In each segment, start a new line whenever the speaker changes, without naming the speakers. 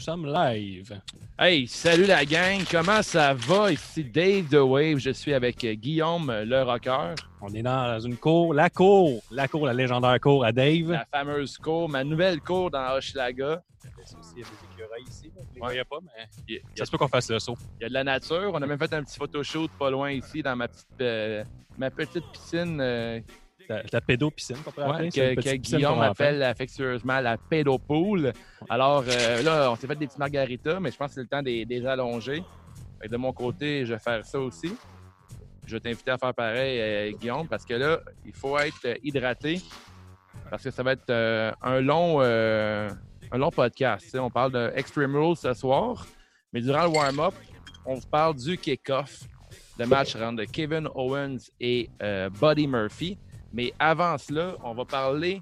sommes live.
Hey, salut la gang, comment ça va? Ici Dave The Wave, je suis avec euh, Guillaume le rocker.
On est dans une cour, la cour, la cour, la légendaire cour à Dave.
La fameuse cour, ma nouvelle cour dans Hochelaga.
Ça aussi, il y a des écureuils ici, là. on ne voyait pas, mais ça se peut qu'on fasse le saut.
Il y a de la nature, on a même fait un petit photoshoot pas loin ici dans ma petite, euh, ma piscine piscine euh,
La, la pédopiscine, qu'on peut appeler.
ouais,
c'est
que,
une petite
que
piscine
Guillaume
pour enfants.
appelle affectueusement la pédopoule. Alors euh, là, on s'est fait des petites margaritas, mais je pense que c'est le temps des, des allongés. Fait que de mon côté, je vais faire ça aussi. Je vais t'inviter à faire pareil, euh, Guillaume, parce que là, il faut être euh, hydraté. Parce que ça va être euh, un, long, euh, un long podcast. tu sais. On parle de Extreme Rules ce soir, mais durant le warm-up, on vous parle du kick-off. Le match entre Kevin Owens et euh, Buddy Murphy. Mais avant cela, on va parler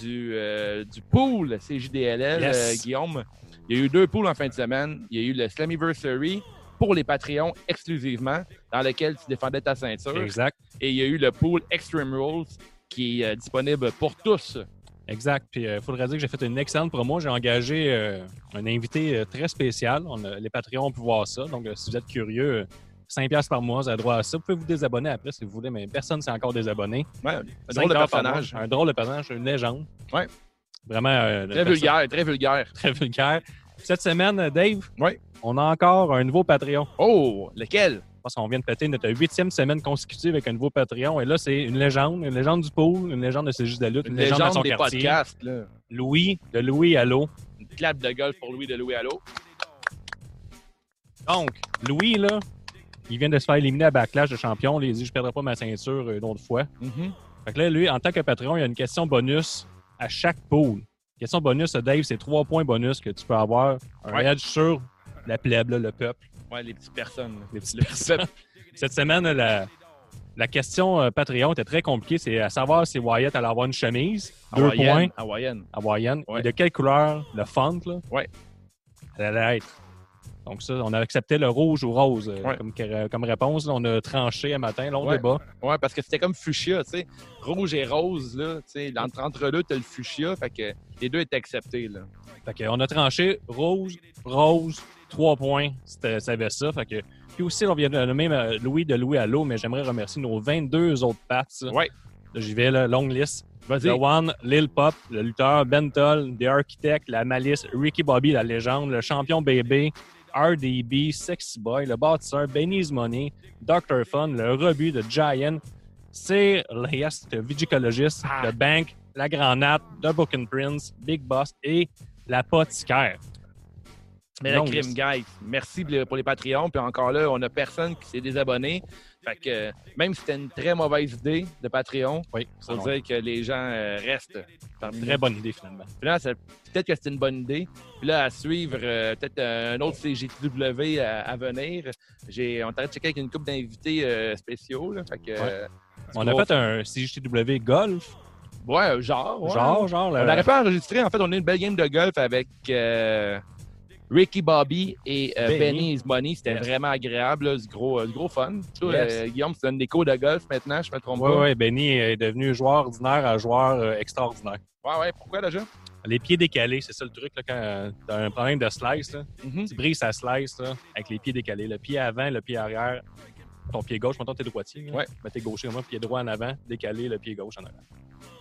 du, euh, du pool CJDLL,
Yes.
euh, Guillaume. Il y a eu deux pools en fin de semaine. Il y a eu le Slammiversary pour les Patreons exclusivement, dans lequel tu défendais ta ceinture.
Exact,
Et il y a eu le pool Extreme Rules qui est euh, disponible pour tous.
exact. Puis il faudrait dire que j'ai fait une excellente promo. J'ai engagé euh, un invité euh, très spécial. On a- les Patreons ont pu voir ça. Donc, euh, si vous êtes curieux, euh, 5$ piastres par mois, vous avez droit à ça. Vous pouvez vous désabonner après si vous voulez, mais personne ne s'est encore désabonné.
Ouais, un
Cinq
drôle de
dollars par
personnage.
mois. Un drôle de personnage, une légende.
Ouais.
Vraiment euh, une
Très
personne
vulgaire, très vulgaire.
très vulgaire. Cette semaine, euh, Dave,
Ouais.
on a encore un nouveau Patreon.
Oh, lequel?
Parce qu'on vient de péter notre huitième semaine consécutive avec un nouveau Patreon. Et là, c'est une légende, une légende du pool, une légende de ses juste de lutte, une,
Une
légende, dans son
légende des
quartier.
podcasts. là.
Louis, de Louis à l'eau.
Une clap de golf pour Louis de Louis Allo.
Donc, Louis, là, il vient de se faire éliminer à Backlash de champion. Là, Il dit Je perdrai pas ma ceinture euh, une autre fois. Fait que là, lui, en tant que Patreon, il y a une question bonus à chaque pool. Question bonus, euh, Dave, c'est trois points bonus que tu peux avoir. Un
Ouais.
edge sur la plèbe, là, le peuple,
Ouais, les petites personnes. là.
les petites
Le
personnes.
peuple.
Cette semaine, la, la question euh, Patreon était très compliquée. C'est à savoir si Wyatt allait avoir une chemise, deux points,
Hawaïenne, Hawaïenne.
hawaïenne,
Ouais.
et de quelle couleur le font, là,
Ouais.
elle allait être. Donc ça, on a accepté le rouge ou rose euh,
Ouais.
comme, comme réponse. Là, on a tranché un matin, long
Ouais.
débat.
Ouais, parce que c'était comme fuchsia, tu sais. Rouge et rose, là. Tu sais, entre, entre deux, t'as le fuchsia. Fait que les deux étaient acceptés, là.
Fait que, on a tranché rouge, rose, trois points. C'était- Ça avait ça. Fait que, puis aussi, on vient de nommer euh, Louis de Louis Allo, mais j'aimerais remercier nos 22 autres pats. là.
Ouais.
Là, J'y vais, là, longue liste.
Vas-y.
The One, Lil Pop, le lutteur, Ben Toll, The Architect, la malice, Ricky Bobby, la légende, le champion bébé, RDB, Sexy Boy, le bâtisseur, Benny's Money, Dr. Fun, le rebut, The Giant, Sir Leas, The Vigicologist,
Ah.
The Bank, la Granate, The Book and Prince, Big Boss et la Poticaire.
Mais la
Non,
crime, guys. Merci pour les- pour les Patreons. Puis encore là, on a personne qui s'est désabonné. Fait que euh, même si c'était une très mauvaise idée de Patreon,
Oui,
faut
c'est
dire que les gens euh, restent parmi
une
nous.
Ah très bonne idée finalement.
Puis là, ça- peut-être que c'est une bonne idée. Puis là, à suivre, euh, peut-être euh, un autre CGTW à, à venir. J'ai, on t'arrête de checker avec une coupe d'invités euh, spéciaux. Là, fait que,
Ouais.
euh,
On a
gros-
fait un CJTW golf,
Ouais, euh, genre. ouais.
genre, euh, genre.
On
le-
n'aurait pas enregistré. En fait, on a eu une belle game de golf avec euh, Ricky Bobby et euh,
Benny.
Benny's Money. C'était
Yes.
vraiment agréable. là, du, gros, euh, du gros fun. Toi,
Yes.
euh, Guillaume, tu donnes des cours de golf maintenant, je me trompe
Ouais,
pas.
ouais, Benny est devenu joueur ordinaire à joueur euh, extraordinaire.
Ouais, ouais, Pourquoi déjà?
Les pieds décalés, c'est ça le truc là, quand euh, t'as un problème de slice. Là,
Mhm.
tu brises sa slice là, avec les pieds décalés. Le pied avant, le pied arrière. Ton pied gauche, maintenant t'es droitier. là.
Ouais.
Ben, t'es gaucher, moi, pied droit en avant, décalé, le pied gauche en avant.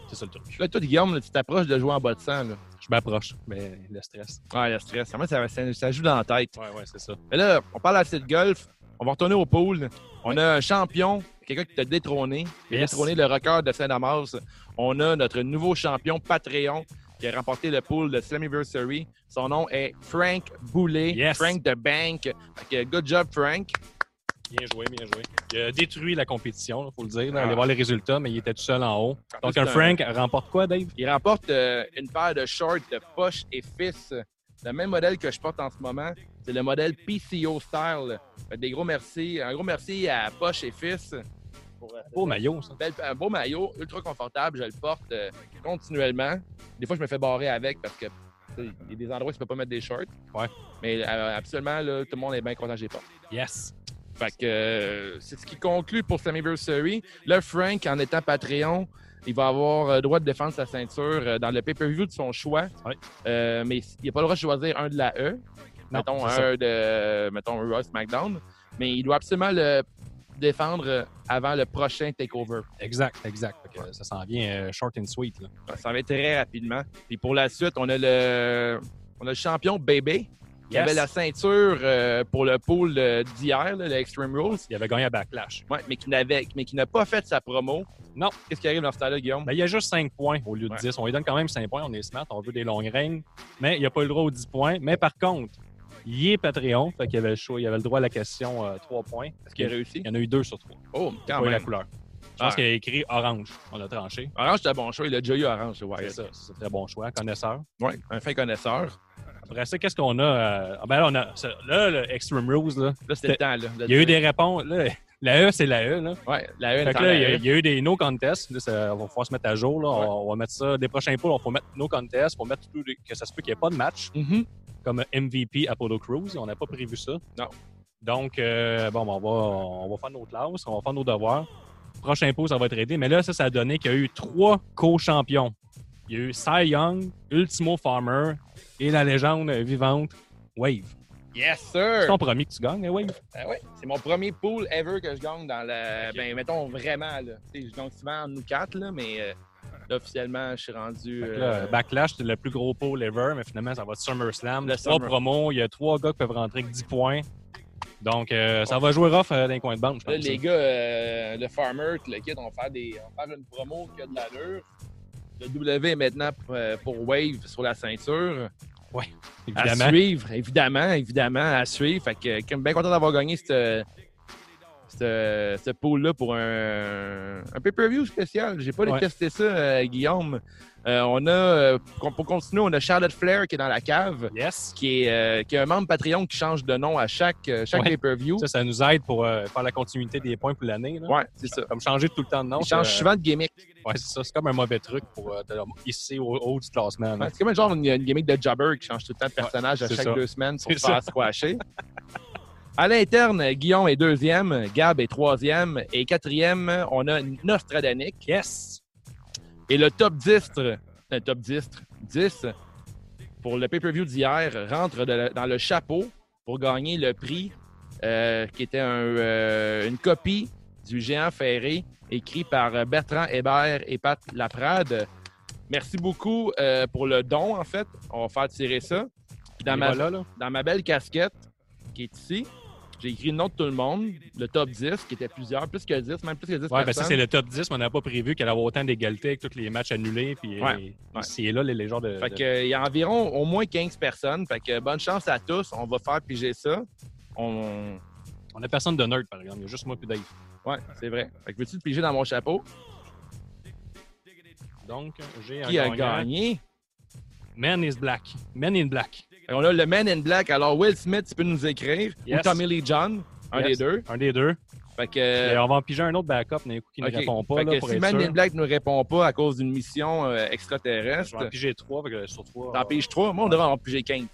C'est ça le truc.
Là, toi, Guillaume, là, tu t'approches de jouer en bas de sang. Là.
Je m'approche, mais le stress.
Ouais, le stress. Comment ça, ça, ça joue dans la tête?
Ouais, ouais, c'est ça.
Mais là, on parle assez de golf. On va retourner au pool. On a un champion, quelqu'un qui t'a détrôné, qui a
Yes.
détrôné le record de Saint-Damas. On a notre nouveau champion Patreon qui a remporté le pool de Slammiversary. Son nom est Frank Boulet,
Yes.
Frank de Bank. Fait que good job, Frank.
Bien joué, bien joué. Il a détruit la compétition, il faut le dire. là.
Ah.
Allez voir les résultats, mais il était tout seul en haut.
En
Donc,
plus,
un
c'est un-
Frank remporte quoi, Dave?
Il remporte euh, une paire de shorts de poche et fils. Le même modèle que je porte en ce moment, c'est le modèle PCO Style. Fait des gros merci. Un gros merci à Poche et Fils pour euh,
Beau maillot, ça.
Belle- un beau maillot, ultra confortable. Je le porte euh, continuellement. Des fois, je me fais barrer avec parce que tu sais, il y a des endroits où tu peux pas mettre des shorts.
Ouais.
Mais euh, absolument, là, tout le monde est bien content que je les porte.
Yes.
Fait que euh, c'est ce qui conclut pour Slammiversary. Là, Frank, en étant Patreon, il va avoir euh, droit de défendre sa ceinture euh, dans le pay-per-view de son choix.
Ouais.
Euh, mais il n'a pas le droit de choisir un de la E.
Non,
mettons
c'est ça.
un de mettons Raw SmackDown. Mais il doit absolument le défendre euh, avant le prochain takeover.
Exact, exact. Fait que, euh, Ça s'en vient euh, short and sweet. là.
Ça va être très rapidement. Puis pour la suite, on a le on a le champion bébé. qui
Yes.
avait la ceinture euh, pour le pool euh, d'hier, là, le Extreme Rules.
Il avait gagné à Backlash.
Ouais, mais qui n'avait, mais qui n'a pas fait sa promo.
Non.
Qu'est-ce qui arrive dans ce temps-là, Guillaume?
Ben, il y a juste 5 points au lieu de
Ouais.
10. On lui donne quand même 5 points. On est smart, on veut des longues règnes. Mais il n'a pas le droit aux 10 points. Mais par contre, il est Patreon. Fait qu'il avait le choix. Il avait le droit à la question 3 points.
Est-ce qu'il a réussi?
Il y en a eu 2 sur 3.
Oh, quand
Pas eu la
même.
couleur. Je
Ah.
pense qu'il a écrit orange. On a tranché.
Orange, c'est un bon choix. Il a déjà eu Orange, ouais.
C'est ça. C'est un très bon choix, connaisseur.
Ouais, un fin connaisseur.
Après ça, qu'est-ce qu'on a? euh, ah ben là, on a ça- là, le Extreme Rules, là,
Là, c'était le temps, là.
il y a eu des réponses. là. la E, c'est la E. Là.
Ouais, la haine
Fait que
est en
là, il y, a,
arrière.
il y a eu des no contests. Là, ça- on va falloir se mettre à jour. Là. On, on va mettre ça. Les prochains pôles, on va mettre no contests. On va mettre tout, que ça se peut qu'il n'y ait pas de match
Mhm.
comme MVP Apollo Crews. On n'a pas prévu ça.
Non.
Donc, euh, bon, ben, on, va, on va faire nos classes, on va faire nos devoirs. Prochain pot, ça va être aidé. Mais là, ça, ça a donné qu'il y a eu trois co-champions. Il y a eu Cy Young, Ultimo Farmer et la légende vivante, Wave.
Yes,
C'est
sir!
ton premier que tu gagnes, hein, Wave?
Ah ouais, c'est mon premier pool ever que je gagne dans la.
Ok.
Ben, mettons vraiment, là. Tu sais, je gagne souvent en nous quatre, là, mais euh, là, officiellement, je suis rendu.
Fait que
euh,
là, Backlash, c'est le plus gros pot ever, mais finalement, ça va être SummerSlam.
Le
trois
Summer.
promos, il y a trois gars qui peuvent rentrer avec 10 points. Donc, euh, ça va jouer rough euh, dans les coins de banque, je pense.
Là, les gars, euh, le farmer, tout le kit, on va faire, des, on va faire une promo qui a de l'allure. Le W est maintenant pour, euh, pour Wave sur la ceinture. À
évidemment.
suivre, évidemment, évidemment, à suivre. Fait que, comme bien content d'avoir gagné cette, cette, ce pool-là pour un, un pay-per-view spécial. J'ai pas
Ouais.
testé ça, euh, Guillaume. Euh, on a, euh, pour pour continuer, on a Charlotte Flair qui est dans la cave,
Yes.
qui est, euh, qui est un membre Patreon qui change de nom à chaque, euh, chaque
Ouais.
pay-per-view.
Ça, ça nous aide pour euh, faire la continuité des points pour l'année. là.
Ouais, c'est ça.
Comme changer tout le temps de nom.
Il change
c'est, euh,
souvent de gimmick.
ouais, c'est ça. C'est comme un mauvais truc pour euh, te hisser au haut du classement. là.
Ouais, C'est comme un genre une, une gimmick de jobber qui change tout le temps de personnage à
c'est
chaque
ça.
deux semaines pour
C'est
se faire squasher. À l'interne, Guillaume est deuxième, Gab est troisième et quatrième, on a Nostradanic.
Yes!
Et le top 10, le top 10, 10 pour le pay-per-view d'hier rentre de la- dans le chapeau pour gagner le prix euh, qui était un, euh, une copie du géant ferré écrit par Bertrand Hébert et Pat Laprade. Merci beaucoup euh, pour le don, en fait. On va faire tirer ça. Puis dans,
Et
ma,
voilà, là.
dans ma belle casquette qui est ici, j'ai écrit le nom de tout le monde, le top 10, qui était plusieurs, plus que 10, même plus que 10
Ouais, ben ça,
personnes.
c'est le top 10, mais on n'a pas prévu qu'elle allait avoir autant d'égalité avec tous les matchs annulés. Puis
Ouais,
et-
ouais.
ici et là, les, les genres de.
Fait
de-
que, euh, il y a environ au moins 15 personnes. Fait que euh, bonne chance à tous. On va faire piger ça. On...
On n'a personne de nerd, par exemple. Il y a juste moi puis Dave.
Ouais, c'est vrai. Fait que veux-tu le piger dans mon chapeau?
Donc, j'ai un
Qui a
gagnant.
gagné?
Man is black. Man in black.
Fait qu'on a le Man in Black. Alors, Will Smith, tu peux nous écrire.
Yes.
Ou Tommy Lee John, un
Yes.
des deux.
Un des deux.
Fait que, euh,
Et on va en piger un autre backup, mais coup qui
OK.
ne répond pas.
Fait
Là,
que
pour
si
être
Man
sûr.
in Black ne répond pas à cause d'une mission euh,
Je
extraterrestre,
vais en piger trois, fait que sur trois.
t'en
euh,
piges 3. Moi, on devrait en piger 15.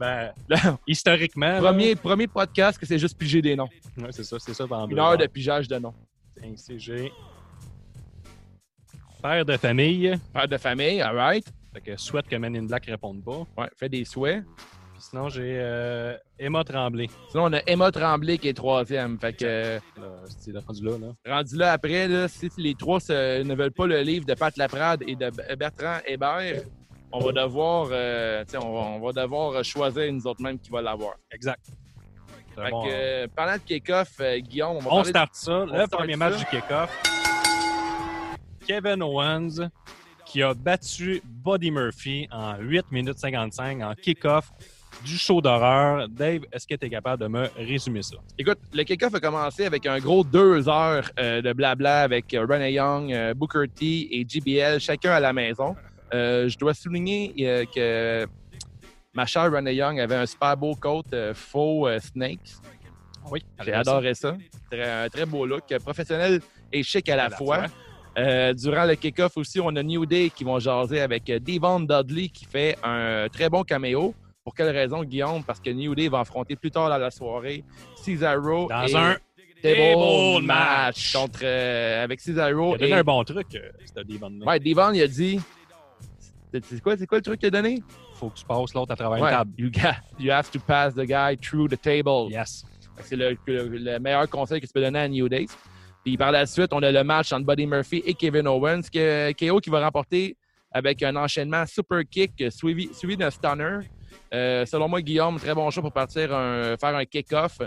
Ben,
Le
historiquement. là-
premier, premier podcast que c'est juste piger des noms.
Ouais, c'est ça, c'est ça. dans
Une
deux,
heure
Ah, ouais.
de pigeage de noms.
Ainsi, j'ai père de famille.
Père de famille, all right.
Fait que souhaite que Men in Black réponde pas.
Ouais, fais des souhaits.
Puis sinon, j'ai euh, Emma Tremblay.
Sinon, on a Emma Tremblay qui est troisième. Fait que, euh,
Là, C'est le rendu là. là.
rendu là après, là, si les trois se- ne veulent pas le livre de Pat Laprade et de B- Bertrand Hébert, on va devoir, euh, tu sais, on, va, on va devoir choisir nous autres mêmes qui va l'avoir.
Exact. C'est un
Fait
bon-
que, euh, parlant de kick-off, euh, Guillaume, on va
on
parler
start ça. le
start
premier
ça.
match du kick-off. Kevin Owens qui a battu Buddy Murphy en 8 minutes 55 en kick-off du show d'horreur. Dave, est-ce que tu es capable de me résumer ça?
Écoute, le kick-off a commencé avec un gros deux heures euh, de blabla avec euh, Renee Young, euh, Booker T et JBL, chacun à la maison. Euh, je dois souligner euh, que ma chère Renee Young avait un super beau coat euh, faux euh, Snakes.
Oui,
J'ai adoré ça. Très- un très beau look, euh, professionnel et chic à la, fois. Euh, durant le kick-off aussi, on a New Day qui vont jaser avec euh, Devon Dudley qui fait un très bon caméo. Pour quelle raison, Guillaume? Parce que New Day va affronter plus tard dans la soirée Cesaro
Dans
et
un.
table
table
match
match.
contre, euh, avec Cesaro.
Il a donné
et-
un bon truc, euh, c'était des bonnes
Ouais, Devon, il a dit. C'est c'est quoi, c'est quoi le truc qu'il a donné?
Faut que tu passes l'autre à travers
Ouais,
une table.
You, got- you have to pass the guy through the table.
Yes.
Fait que C'est le, le- le meilleur conseil que tu peux donner à New Days. Puis par la suite, on a le match entre Buddy Murphy et Kevin Owens, que KO qui va remporter avec un enchaînement super kick euh, suivi, suivi d'un stunner. Euh, selon moi, Guillaume, très bon choix pour partir un- faire un kick-off.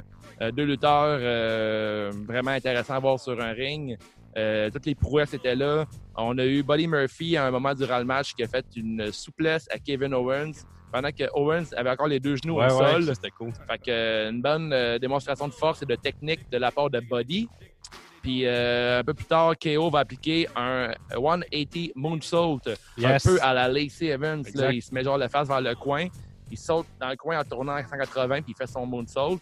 Euh, deux lutteurs euh, vraiment intéressants à voir sur un ring. Euh, toutes les prouesses étaient là. On a eu Buddy Murphy à un moment durant le match qui a fait une souplesse à Kevin Owens pendant que Owens avait encore les deux genoux
ouais,
au
ouais,
sol.
ça, c'était cool.
Fait que euh, une bonne euh, démonstration de force et de technique de la part de Buddy. Puis euh, un peu plus tard, KO va appliquer un 180 moonsault,
Yes.
un peu à la Lacey Evans. là.
Exact.
il se met genre la face vers le coin, il saute dans le coin en tournant à 180 puis il fait son moonsault.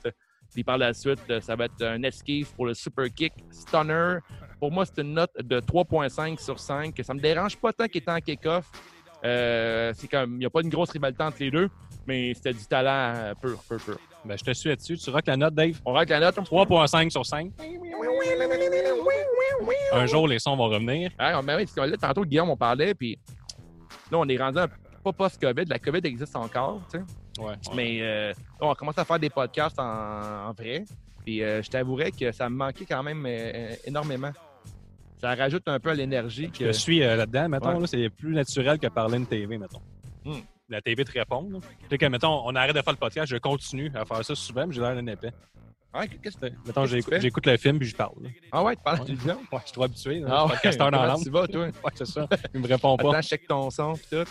Puis par la suite, euh, ça va être un esquive pour le super kick stunner. Pour moi, c'est une note de 3.5 sur 5. Ça me dérange pas tant qu'il est en kick-off. Euh, c'est comme, il n'y a pas une grosse rivalité entre les deux, mais c'était du talent euh, pur, pur, pur.
Ben, je te suis là-dessus. Tu rock la note, Dave.
On règle la note.
3.5 sur 5. Un jour, les sons vont revenir.
Hein, mais oui, parce que là, tantôt, Guillaume, on parlait, puis là, on est rendu un peu pas post-COVID. La COVID existe encore, tu sais.
Ouais. ouais.
Mais euh, on commence à faire des podcasts en, en vrai. Puis euh, je t'avouerais que ça me manquait quand même euh, énormément. Ça rajoute un peu à l'énergie.
Je
Que...
suis euh, là-dedans, mettons,
Ouais.
là, c'est plus naturel que parler une TV, mettons.
Hmm.
La TV te répond. là. Tu sais que, mettons, on arrête de faire le podcast, je continue à faire ça souvent, mais j'ai l'air d'un épais.
Ouais, qu'est-ce que tu fais?
Mettons,
Qu'est-ce que tu
j'écoute
fais?
j'écoute le film puis je parle. là.
Ah ouais, tu parles à
Ouais.
la télévision?
Ouais, je suis trop habitué. là,
Ah
je suis podcasteur dans
comment
l'âme.
tu vas, toi?
Ouais, c'est ça. Il me répond pas.
Attends, check ton son, pis tout.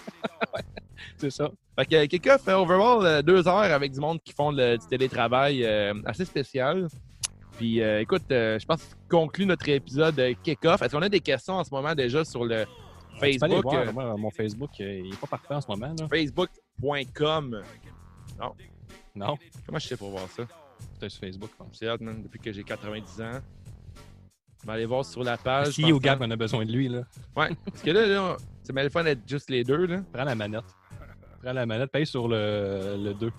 C'est ça.
Fait que euh, kick-off, euh, overall, euh, deux heures avec du monde qui font le- du télétravail euh, assez spécial. Puis euh, écoute, euh, je pense que ça conclut notre épisode euh, kick-off. Est-ce qu'on a des questions en ce moment déjà sur
Ah,
le
Tu peux aller
Facebook?
voir,
euh,
moi, mon Facebook, euh, il est pas parfait en ce moment. Là.
Facebook.com.
Non,
Comment je sais pour voir ça?
c'est sur Facebook. je pense.
C'est hâte, man, depuis que j'ai 90 ans. Je vais aller voir sur la page.
Si au
pensant-
Gap, on a besoin de lui, là.
Ouais, parce que là, là c'est mal fun d'être juste les deux. Là.
prends la manette. Prends la manette, paye sur le, le 2.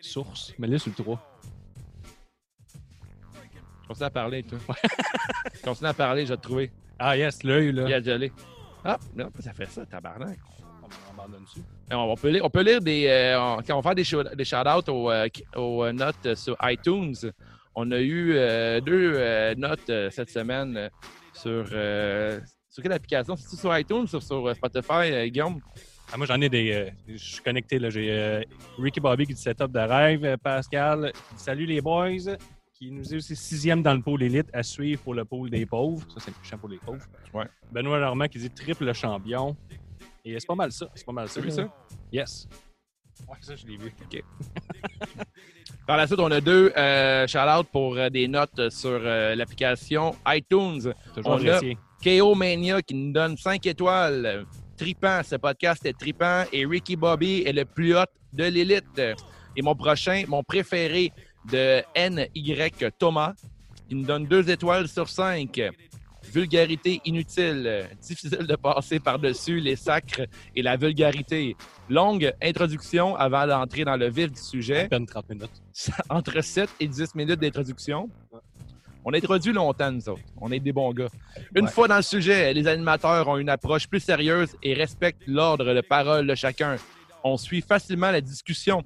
Source, mets-le sur le 3.
Continue à parler, toi. Continue à parler, je vais te trouver.
Ah yes, l'œil, là.
Il a gelé. Ah, non, ça fait ça, tabarnak.
On abandonne dessus.
Et Euh, On on peut lire, on peut lire des. euh, on, quand on va faire des, shout- des shout-outs aux, euh, qui- aux, euh, notes euh, sur iTunes, on a eu euh, deux euh, notes euh, cette semaine euh, sur. euh, sur quelle application? C'est-tu sur iTunes ou sur euh, Spotify, euh, Guillaume?
Ah, moi, j'en ai des. euh, je suis connecté, là. J'ai euh, Ricky Bobby qui dit setup de rêve. Euh, Pascal, qui dit salut les boys. Qui nous dit aussi sixième dans le pôle élite à suivre pour le pôle des pauvres. Ça, c'est le champ pour les pauvres.
Ouais.
Benoît Normand qui dit triple champion. Et c'est pas mal ça. C'est pas mal ça.
T'as vu ça?
Yes. Ouais, ça, je l'ai vu. OK.
Par la suite, on a deux euh, shout-outs pour euh, des notes sur euh, l'application iTunes.
Toujours
On a-
apprécié.
KO Mania qui nous donne 5 étoiles. Tripant, ce podcast est tripant. Et Ricky Bobby est le plus hot de l'élite. Et mon prochain, mon préféré de NY Thomas, il nous donne 2 étoiles sur 5. Vulgarité inutile. Difficile de passer par-dessus les sacres et la vulgarité. Longue introduction avant d'entrer dans le vif du
À
sujet.
peine 30 minutes.
Entre 7 et 10 minutes d'introduction. On introduit longtemps, nous autres. On est des bons gars. Une
Ouais.
fois dans le sujet, les animateurs ont une approche plus sérieuse et respectent l'ordre de parole de chacun. On suit facilement la discussion.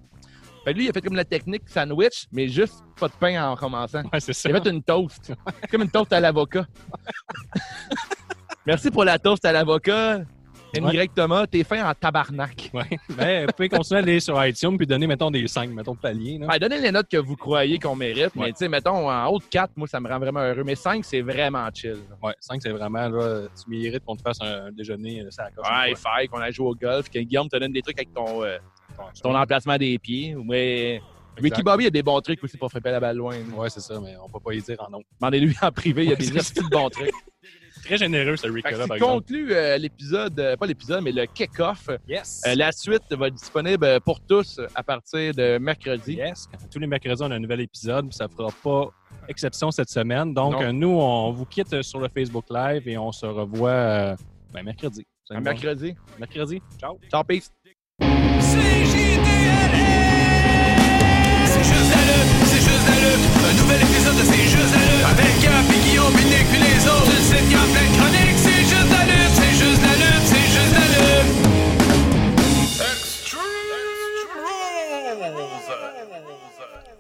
Fait que lui, il a fait comme la technique sandwich, mais juste pas de pain en commençant.
Ouais, c'est ça.
Il a fait une toast. C'est comme une toast à l'avocat. Merci pour la toast à l'avocat. NY Thomas, t'es fin en tabarnak.
Ouais. Ben, vous pouvez continuer à aller sur iTunes puis donner, mettons, des 5, mettons, paliers. Là.
Ouais, donnez les notes que vous croyez qu'on mérite, mais
Ouais.
tu sais, mettons, en haut de 4, moi, ça me rend vraiment heureux. Mais 5, c'est vraiment chill.
Ouais, 5, c'est vraiment, là, tu mérites qu'on te fasse un déjeuner, euh, ça accroche.
Ouais, faire qu'on a joué au golf, que Guillaume te donne des trucs avec ton, euh, ton emplacement des pieds. Mais Ricky Bobby a des bons trucs aussi pour frapper la balle loin. là.
Ouais, c'est ça, mais on peut pas y dire en nom.
Demandez-lui en privé, il y
Ouais,
a des
c'est ça.
petits bons trucs.
Très généreux, ce
Fait que
Rick-là,
ce
par
qui
exemple.
conclut euh, l'épisode, euh, pas l'épisode, mais le kick-off.
Yes!
Euh, la suite va être disponible pour tous à partir de mercredi.
Yes! Tous les mercredis, on a un nouvel épisode, puis ça fera pas exception cette semaine. Donc,
Non.
euh, nous, on vous quitte sur le Facebook Live et on se revoit euh, ben, mercredi.
À mercredi.
mercredi. Ciao!
Ciao, peace.
CJDL
Rules!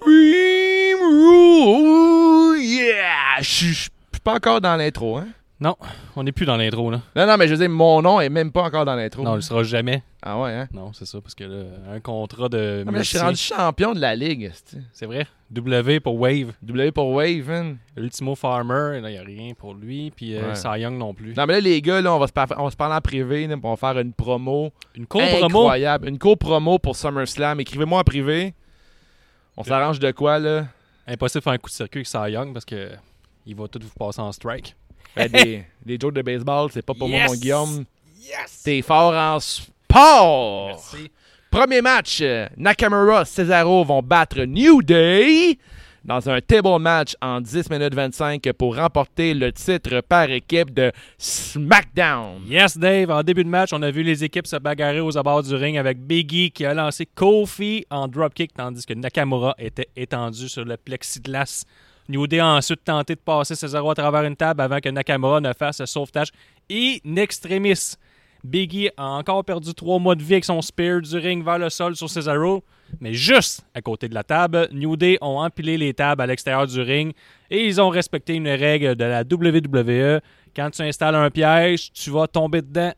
Cream Rule! Yeah! Je suis- je suis pas encore dans l'intro, hein?
Non, on n'est plus dans l'intro, là.
Non, non, mais je veux dire, mon nom est même pas encore dans l'intro.
Non, on le sera jamais.
Ah ouais, hein?
Non, c'est ça, parce que là, un contrat de.
Non, Ah, mais là, je suis
musicien-
rendu champion de la ligue. c'ti.
C'est vrai. W pour Wave.
W pour Wave, hein?
Ultimo Farmer, là, il n'y a rien pour lui. Puis euh,
Ouais.
Cy Young non plus.
Non, mais là, les gars, là, on va se, par- on va se parler en privé, là, puis on va faire une promo.
Une co-promo.
Incroyable. Une co-promo pour SummerSlam. Écrivez-moi en privé. On s'arrange de quoi, là?
Impossible de faire un coup de circuit avec Cy Young parce que il va tout vous passer en strike.
Ben, des, des jokes de baseball, c'est pas pour moi,
Yes!
mon Guillaume.
Yes!
T'es fort en sport!
Merci.
Premier match, euh, Nakamura, Cesaro vont battre New Day dans un table match en 10 minutes 25 pour remporter le titre par équipe de SmackDown.
Yes, Dave. En début de match, on a vu les équipes se bagarrer aux abords du ring avec Biggie qui a lancé Kofi en dropkick tandis que Nakamura était étendu sur le plexiglas. New Day a ensuite tenté de passer Cesaro à travers une table avant que Nakamura ne fasse un sauvetage in extremis. Biggie a encore perdu trois mois de vie avec son spear du ring vers le sol sur Cesaro, mais juste à côté de la table, New Day ont empilé les tables à l'extérieur du ring et ils ont respecté une règle de la WWE. Quand tu installes un piège, tu vas tomber dedans.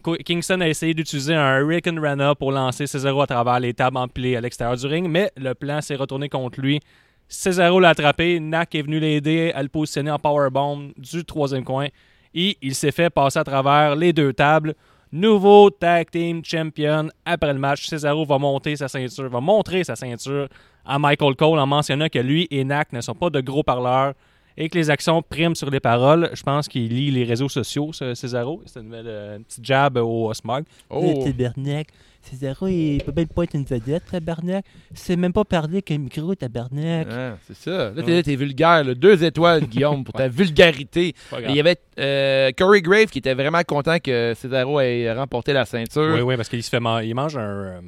Co- Kingston a essayé d'utiliser un Hurricane Rana pour lancer Cesaro à travers les tables empilées à l'extérieur du ring, mais le plan s'est retourné contre lui. Cesaro l'a attrapé, Nak est venu l'aider à le positionner en powerbomb du troisième coin et il s'est fait passer à travers les deux tables. Nouveau tag team champion après le match, Cesaro va monter sa ceinture, va montrer sa ceinture à Michael Cole en mentionnant que lui et Nak ne sont pas de gros parleurs et que les actions priment sur les paroles. Je pense qu'il lit les réseaux sociaux, ce Cesaro. C'est une, belle, euh, une petite jab au Smog.
Le
Oh,
tabarnak. Césaro, il peut même pas être une vedette, tabarnak. C'est même pas parler qu'un micro, tabarnak.
hein, c'est ça. Là, t'es, là, t'es vulgaire. là. Deux étoiles, Guillaume, pour ta vulgarité.
Pas
Mais
grave.
Il y avait euh, Corey Grave qui était vraiment content que Cesaro ait remporté la ceinture.
Oui, oui, parce qu'il se fait man- il mange un, euh,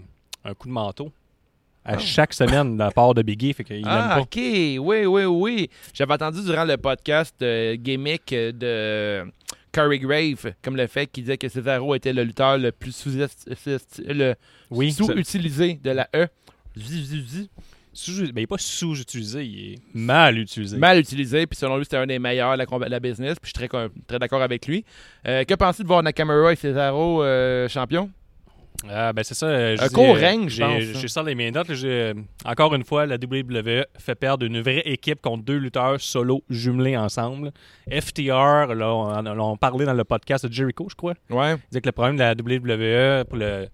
un coup de manteau à chaque semaine de la part de Biggie, fait qu'il l'aime
Ah,
pas.
ok, oui, oui, oui. J'avais entendu durant le podcast euh, gimmick euh, de Corey Grave, comme le fait qu'il disait que Cesaro était le lutteur le plus sous-est- sous-est- le
Oui, ça-
sous-utilisé de la E. Zi, zi, zi.
sous- ben, il n'est pas sous-utilisé, il est mal utilisé.
Mal utilisé, puis selon lui, c'était un des meilleurs de la, comba- de la business, puis je suis très, con- très d'accord avec lui. Euh, que pensez-vous de voir Nakamura et Cesaro euh, champion?
Ah, ben c'est ça. euh, je
Un
dis,
court
euh,
règne, je
j'ai-
pense, hein. ça.
J'ai sorti les miennes notes. là, j'ai, euh, Encore une fois, la WWE fait perdre une vraie équipe contre deux lutteurs solo jumelés ensemble. FTR, là, on, on- on parlait dans le podcast de Jericho, je crois.
Ouais.
Il disait que le problème de la WWE pour le-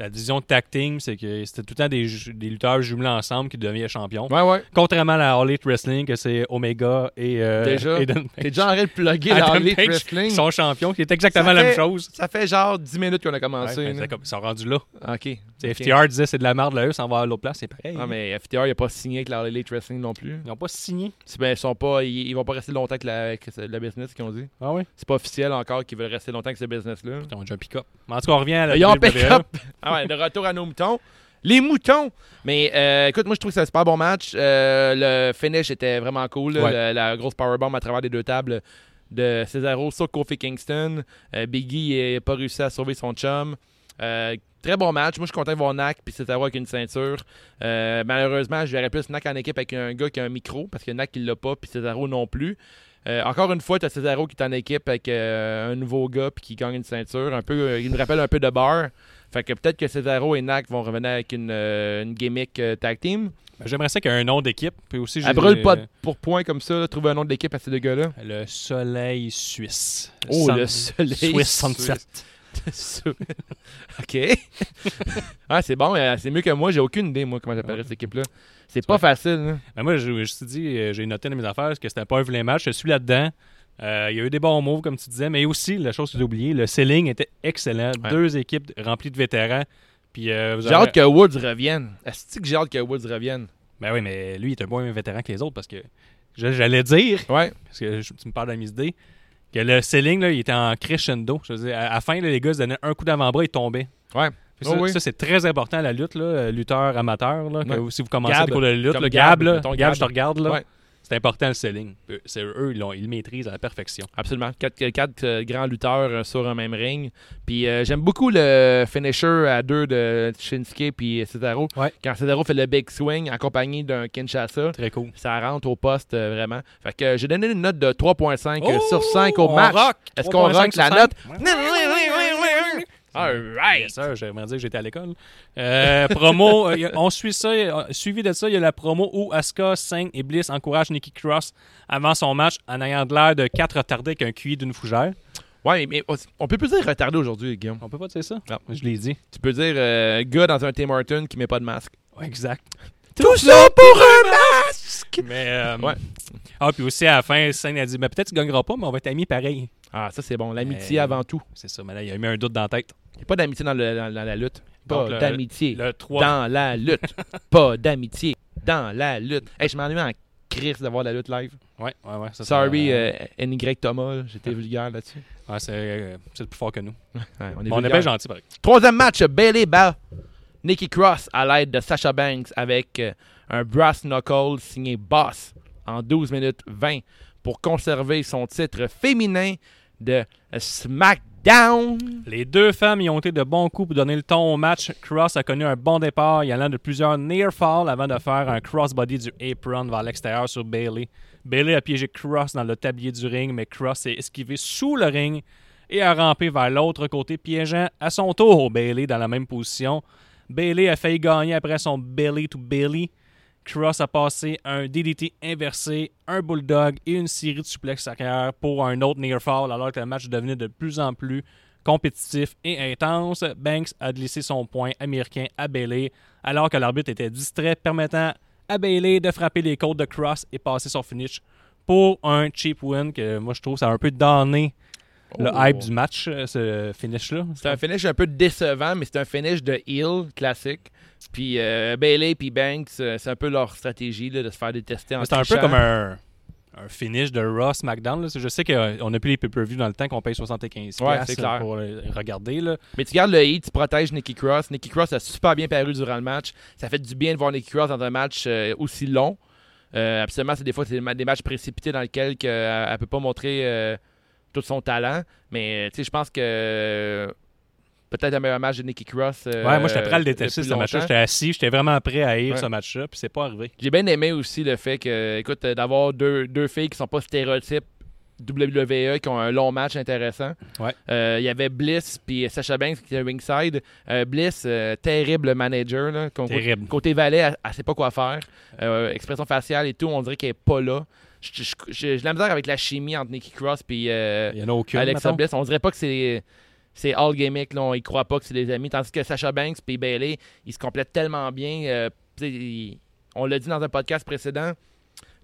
la division tag team, c'est que c'était tout le temps des, ju- des lutteurs jumelés ensemble qui devenaient champions.
Ouais, ouais.
Contrairement à la All Elite Wrestling, que c'est Omega et euh,
Déjà.
Adam Page.
T'es déjà en train de plugger
Adam
dans Elite
Page,
Wrestling.
qui sont champions, qui est exactement
Ça
la même
fait-
chose.
Ça fait genre 10 minutes qu'on a
Ouais,
commencé.
mais
là.
c'est comme- ils sont rendus là.
ok.
T'sais,
Ok.
FTR disait c'est de la merde, là, eux, s'en va à l'autre place, c'est pareil.
Ah, mais FTR, il n'a pas signé avec la Elite Wrestling non plus.
Ils n'ont pas signé.
C'est- ben, ils sont pas, ils, ils vont pas rester longtemps avec la, avec le business, qu'ils ont dit.
Ah oui?
C'est pas officiel encore qu'ils veulent rester longtemps avec ce business-là.
Ils ont déjà un pick-up. Mais en tout cas, on revient à la E.
Ils ont
WWE.
pick-up! Ah ouais, de retour à nos moutons. Les moutons! Mais euh, écoute, moi, je trouve que c'est un super bon match. Euh, le finish était vraiment cool. là.
Ouais.
Le- la grosse powerbomb à travers les deux tables de Cesaro sur Kofi Kingston. Euh, Biggie n'a pas réussi à sauver son chum. Euh, très bon match. Moi, je suis content de voir Nak puis Cesaro avec une ceinture. Euh, malheureusement, je verrais plus Nak en équipe avec un gars qui a un micro parce que Nak, il l'a pas, puis Cesaro non plus. Euh, encore une fois, tu as Cesaro qui est en équipe avec euh, un nouveau gars puis qui gagne une ceinture. Un peu, euh, il nous rappelle un peu de bar. Fait que peut-être que Cesaro et Nak vont revenir avec une, euh, une gimmick euh, tag team.
Ben, J'aimerais ça qu'il y ait un nom d'équipe. Puis aussi, j'ai-
Elle brûle pas de- pour point comme ça, là, trouver un nom de l'équipe à ces deux gars-là.
Le soleil suisse.
Oh,
Sun-
le soleil
Swiss Sunset.
OK. ah, c'est bon, euh, c'est mieux que moi, j'ai aucune idée, moi, comment j'appellerais cette équipe-là. C'est pas
Ouais.
facile. hein.
Ben, moi, je, je te dis, euh, j'ai noté dans mes affaires parce que c'était pas un vrai match. Je suis là-dedans. Euh, Il y a eu des bons moves, comme tu disais, mais aussi, la chose que tu as oublié, le selling était excellent.
Ouais.
Deux équipes remplies de vétérans. Puis, euh, vous
J'ai
aurez-
hâte que Woods revienne. Est-ce que j'ai hâte que Woods revienne?
Ben oui, mais lui, il est un moins vétéran que les autres parce que je- j'allais dire
Ouais.
parce que je- tu me parles de la mise D, que le selling, là, il était en crescendo. Je veux dire, à à la fin, là, les gars se donnaient un coup d'avant-bras et tombaient.
Ouais.
Puis Ça,
Oh oui.
ça, c'est très important à la lutte, là, euh, lutteur amateur. Là, que
Ouais.
Si vous commencez
Gab.
le cours de lutte,
Comme
le
Gab,
Gab, là,
mettons,
Gab,
Gab.
je te regarde. là.
Ouais.
C'est important le selling. Euh, C'est eux, ils, l'ont- ils le maîtrisent à la perfection.
Absolument. Quatre, quatre, euh, grands lutteurs euh, sur un même ring. Puis euh, j'aime beaucoup le finisher à deux de Shinsuke puis Cesaro.
Ouais.
Quand Cesaro fait le big swing accompagné d'un Kinshasa,
Très cool.
ça rentre au poste euh, vraiment. Fait que euh, j'ai donné une note de 3.5 euh, sur 5 au
Oh, on
match.
rock!
Est-ce qu'on
3.5
rock la
sur
note?
cinq?
All right.
Yes, sir, j'aimerais dire que j'étais à l'école. Euh, promo, euh, y a- on suit ça. euh, Suivi de ça, il y a la promo où Asuka, Singh et Bliss encouragent Nikki Cross avant son match en ayant de l'air de quatre retardés avec un QI d'une fougère.
Ouais, mais on- on peut plus dire retardé aujourd'hui, Guillaume.
On peut pas dire ça?
Non.
Je l'ai dit.
Tu peux dire euh, gars dans un Tim Horton qui met pas de masque.
Ouais, exact.
Tout ça pour un masque!
Mais, euh,
Ouais.
Ah, puis aussi à la fin, Singh a dit Mais peut-être tu gagneras pas, mais on va être amis pareil.
Ah, ça c'est bon. L'amitié
Euh,
avant tout.
C'est ça, mais là, il a mis un doute dans la tête.
Il n'y a pas d'amitié dans, le- dans- dans la lutte. Pas
Donc, le-
d'amitié.
Le 3.
Dans la lutte. pas d'amitié. Dans la lutte. Hey, je m'ennuie en crise d'avoir la lutte live.
Ouais, ouais, ouais. ça, c'est-
Sorry, euh, NY Thomas, j'étais vulgaire là-dessus.
Ouais, c'est euh, c'est plus fort que nous.
Ouais, on est
Mais on est
vulgaire.
bien gentils, pareil.
Troisième match, Bailey bat Nikki Cross à l'aide de Sasha Banks avec euh, un brass knuckle signé Boss en 12 minutes 20 pour conserver son titre féminin de SmackDown.
Mm. Les deux femmes y ont été de bons coups pour donner le ton au match. Cross a connu un bon départ, y allant de plusieurs near fall avant de faire un crossbody du apron vers l'extérieur sur Bailey. Bailey a piégé Cross dans le tablier du ring, mais Cross s'est esquivé sous le ring et a rampé vers l'autre côté, piégeant à son tour Bailey dans la même position. Bailey a failli gagner après son belly to belly. Cross a passé un DDT inversé, un bulldog et une série de suplex arrière pour un autre near fall alors que le match devenait de plus en plus compétitif et intense. Banks a glissé son point américain à Bailey alors que l'arbitre était distrait permettant à Bailey de frapper les côtes de Cross et passer son finish pour un cheap win que moi je trouve ça a un peu donné le
Oh.
hype du match euh, ce finish là.
C'est un finish un peu décevant, mais c'est un finish de heel classique. Puis euh, Bailey puis Banks, euh, c'est un peu leur stratégie là, de se faire détester en
C'est un peu
trichant.
comme un, un finish de Raw SmackDown. là. Je sais qu'on n'a plus les pay-per-view dans le temps qu'on paye 75$
Ouais, c'est
là,
clair.
pour les regarder. Là.
Mais tu gardes le hit, tu protèges Nikki Cross. Nikki Cross a super bien paru durant le match. Ça fait du bien de voir Nikki Cross dans un match euh, aussi long. Euh, absolument, c'est des fois c'est des ma- des matchs précipités dans lesquels que, euh, elle ne peut pas montrer euh, tout son talent. Mais euh, tu sais, je pense que euh, peut-être un meilleur match de Nikki Cross. euh,
ouais, moi, j'étais prêt à le
depuis
détester, ce
longtemps.
match-là. J'étais assis, j'étais vraiment prêt à haïr
Ouais.
ce match-là, puis c'est pas arrivé.
J'ai bien aimé aussi le fait que, écoute, euh, d'avoir deux, deux filles qui sont pas stéréotypes WWE, qui ont un long match intéressant.
Ouais.
Euh, Il y avait Bliss puis Sacha Banks qui était ringside. Euh, Bliss, euh, terrible manager. Là, qu'on-
Terrible.
Côté valet, elle, elle sait pas quoi faire. Euh, expression faciale et tout, on dirait qu'elle est pas là. J'ai j'ai- j'ai de la misère avec la chimie entre Nikki Cross puis euh,
Il y en a aucune.
Alexa
mettons.
Bliss. On dirait pas que c'est. C'est all gimmick, là, on y croit pas que c'est des amis. Tandis que Sacha Banks et Bailey, ils se complètent tellement bien. euh, tu sais, ils- on l'a dit dans un podcast précédent,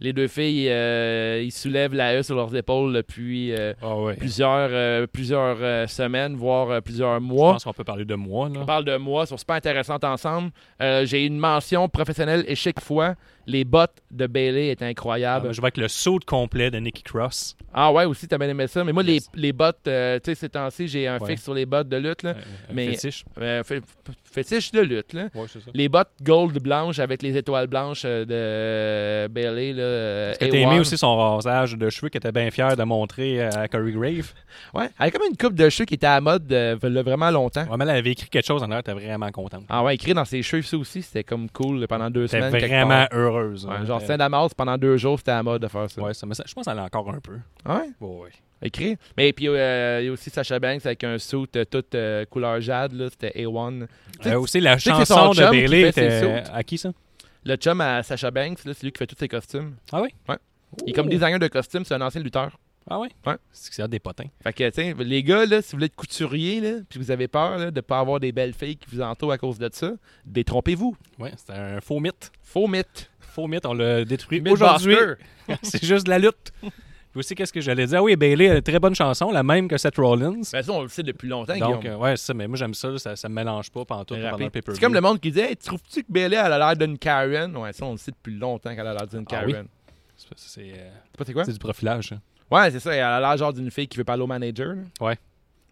les deux filles, euh, ils soulèvent la E sur leurs épaules depuis euh,
Ah ouais.
plusieurs, euh, plusieurs euh, semaines, voire euh, plusieurs
Je
mois.
pense qu'on peut parler de moi. Là.
On parle de moi, sont super intéressantes ensemble. Euh, J'ai une mention professionnelle et chaque fois, les bottes de Bailey étaient
Ah,
incroyables.
ben, je vois avec le saut complet de Nikki Cross.
Ah ouais, aussi, t'as bien aimé ça. Mais moi, les-
Yes.
les, bottes, euh, tu sais, ces temps-ci, j'ai un
Ouais.
fixe sur les bottes de lutte. Là.
Euh, un
Mais-
fétiche.
Euh, fé- f- fétiche de lutte, là.
Ouais, c'est ça.
Les bottes gold blanches avec les étoiles blanches euh, de Bailey. là, euh,
Est-ce que t'as aimé
A1.
aussi son rasage de cheveux qu'elle était bien fière de montrer à Corey Grave?
Ouais, elle a comme une coupe de cheveux qui était à la mode euh, là, vraiment longtemps.
Vraiment, elle avait écrit quelque chose en l'air, t'es vraiment contente.
Ah ouais, écrit dans ses cheveux, ça aussi, c'était comme cool pendant deux
T'es
semaines. quelque
vraiment
part.
heureuse.
Ouais,
hein.
genre
T'es-
Saint-Damas, pendant deux jours, c'était à la mode de faire ça.
Ouais, ça me- je pense qu'elle a encore un peu.
Ah ouais,
Ouais.
écrit. Mais puis, euh, il y a aussi Sacha Banks avec un suit euh, tout euh, couleur jade, là, c'était A1. Tu sais,
Euh, aussi, la
sais que c'est
chanson
son
de
chum qui
Bailey
fait ses
était
sautes.
à qui ça
Le chum à Sacha Banks, là, c'est lui qui fait tous ses costumes.
Ah oui
Il est comme designer de costumes, c'est un ancien lutteur.
Ah oui
Ouais.
C'est que c'est des potins.
Fait que, tiens, les gars, là, si vous voulez être couturier, là, puis vous avez peur là, de ne pas avoir des belles filles qui vous entourent à cause de ça, détrompez-vous.
Ouais, c'était un faux mythe.
Faux mythe.
Faux mythe, on l'a détruit
Mythe
aujourd'hui.
buster.
c'est juste de la lutte. Puis aussi, qu'est-ce que j'allais dire Ah oui, Bailey a une très bonne chanson, la même que Seth Rollins.
Ben, ça, on le sait depuis longtemps,
Donc,
Guillaume.
euh, ouais, c'est ça, mais moi j'aime ça, là, ça, ça me mélange pas pendant tout
Rappelez.
pendant le pay-per-view.
C'est comme le monde qui dit Hey, trouves-tu que Bella elle a l'air d'une Karen Ouais, ça, on le sait depuis longtemps qu'elle a l'air d'une
Ah
Karen.
oui.
Tu
C'est- C'est euh,
sais pas, c'est quoi
c'est du profilage. hein.
Ouais, c'est ça. Elle a l'air genre d'une fille qui veut parler au manager. là.
Ouais.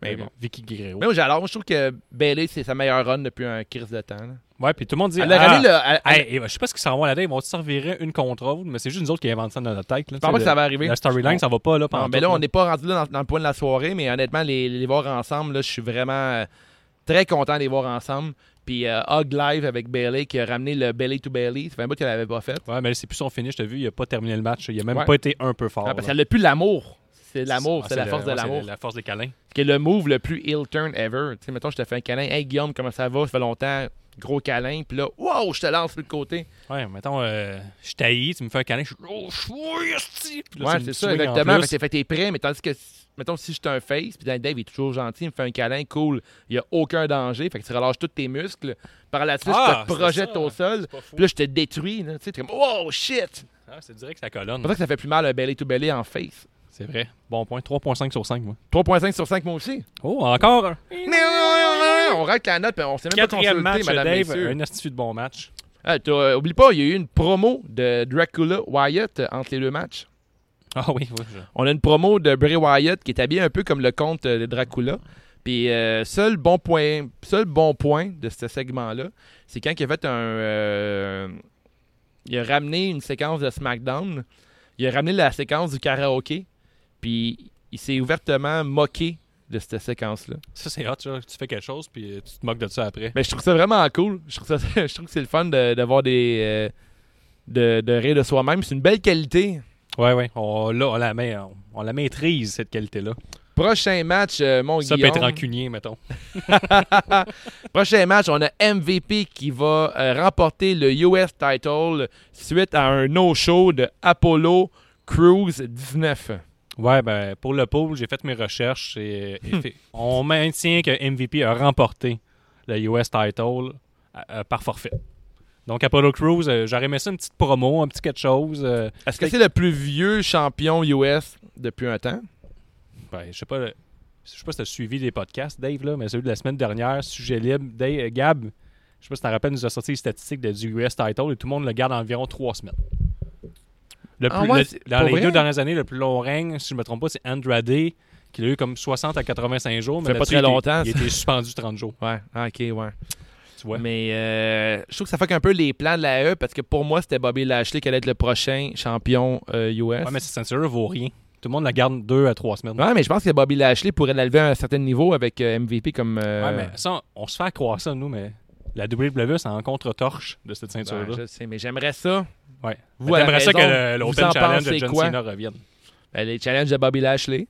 Mais
Euh,
bon.
Vicky Guerrero.
Ben Mais moi, j'adore. Moi, je trouve que Bailey, c'est sa meilleure run depuis un crise de temps. là.
Ouais, puis tout le monde dit.
Elle a
ah,
ramené le- elle- elle-
hey, et ben, je sais pas ce qu'ils s'en vont là-dedans. Ils vont se servir une contre l'autre, mais c'est juste nous autres qui inventons ça dans notre tête. Là,
Je pense pas
Tu
que
sais,
ça
le-
va arriver.
La storyline, ça va pas là.
Non,
pendant
mais
tout,
là, on n'est pas rendu là dans, dans le point de la soirée, mais honnêtement, les, les voir ensemble, là, je suis vraiment euh, très content de les voir ensemble. Puis euh, Hug Live avec Bailey qui a ramené le Bailey to Bailey. Ça fait un bout qu'elle l'avait pas fait.
Ouais, mais c'est plus son finish, t'as vu, il a pas terminé le match. Il a même
Ouais.
pas été un peu fort.
Ah, parce
là.
qu'elle n'a plus l'amour. C'est l'amour,
Ah,
c'est la
le-
force
ouais,
de
c'est
l'amour.
La force des câlins.
qui est le move le plus heel turn ever. Tu sais, mettons, je te fais un câlin. Hey Guillaume, comment ça va? Ça fait longtemps. Gros câlin. Puis là, wow, je te lance sur le côté.
Ouais, mettons, euh, je t'haïs, tu me fais un câlin, je suis. Oh, je suis. hostie! Puis là,
ouais,
tu me
c'est ça,
swings en
exactement.
plus.
Fait que fait que t'es prêt, mais tandis que, mettons, si je suis un face, puis Dave est toujours gentil, il me fait un câlin, cool, il n'y a aucun danger. Fait que tu relâches tous tes muscles. Par la suite,
Ah,
je te
c'est
projette
ça.
au sol.
C'est pas fou.
Puis là, je te détruis. là. Tu sais, t'es comme, wow, shit!
Ah, c'est direct sa
C'est
colonne.
pour ça que ça fait plus mal un belly to belly en face.
C'est vrai. Bon point. 3.5 sur 5, moi.
3.5 sur 5, moi aussi.
Oh, encore un.
On rate la note, puis on s'est même pas
Quatrième
consulté,
match,
madame,
Dave.
messieurs.
Un astuce de bon match.
Ah, t'as- euh, oublie pas, il y a eu une promo de Dracula Wyatt euh, entre les deux matchs.
Ah oui, oui. je-
On a une promo de Bray Wyatt qui est habillé un peu comme le comte euh, de Dracula. Puis euh, seul bon point, seul bon point de ce segment-là, c'est quand il a fait un, euh, il a ramené une séquence de SmackDown. Il a ramené la séquence du karaoké. Puis il s'est ouvertement moqué de cette séquence-là.
Ça, c'est hot, ça. Tu fais quelque chose, puis euh, tu te moques de ça après.
Mais je trouve ça vraiment cool. Je trouve, ça, je trouve que c'est le fun de, de voir des. euh, de, de rire de soi-même. C'est une belle qualité.
Ouais, ouais. On, là, on la, met- on, on la maîtrise, cette qualité-là.
Prochain match, euh, mon
Ça peut
Guillaume.
être rancunier, mettons.
Prochain match, on a MVP qui va euh, remporter le US title suite à un no-show de Apollo Cruise 19.
Ouais, ben, pour le pool, j'ai fait mes recherches et, et fait- on maintient que MVP a remporté le US title euh, par forfait. Donc, Apollo Crews, euh, j'aurais aimé ça une petite promo, un petit quelque chose. euh,
Est-ce que c'est le plus vieux champion US depuis un temps?
ben, je sais pas. le- Je sais pas si tu as suivi les podcasts, Dave, là, mais celui de la semaine dernière, sujet libre. Dave, euh, Gab, je sais pas si tu te rappelles, nous a sorti les statistiques de- du US title et tout le monde le garde environ trois semaines. Le
Ah
plus-
ouais,
le-
c'est
dans
pour
les
vrai?
deux dernières années, le plus long règne, si je me trompe pas, c'est Andrade, qui l'a eu comme 60 à 85 jours.
fait
mais
pas
là-dessus,
très
il était-
longtemps,
Il
ça.
était suspendu 30 jours,
Ouais, ah, ok, ouais.
tu vois.
Mais euh, je trouve que ça fuck un peu les plans de la E parce que pour moi, c'était Bobby Lashley qui allait être le prochain champion euh, US.
Ouais, mais cette ceinture vaut rien. Tout le monde la garde deux à trois semaines.
Ouais, mais je pense que Bobby Lashley pourrait l'élever à un certain niveau avec euh, MVP comme. euh,
Ouais, mais ça, on, on se fait croire ça, nous, mais la WWE, c'est en contre-torche de cette
ouais,
ceinture-là.
je sais, mais j'aimerais ça.
Ouais.
Vous,
Mais
à la
T'aimerais ça
maison,
que le-
vous en
l'Open Challenge de
pensez
John
quoi?
Cena revienne.
Ben, les challenges de Bobby Lashley.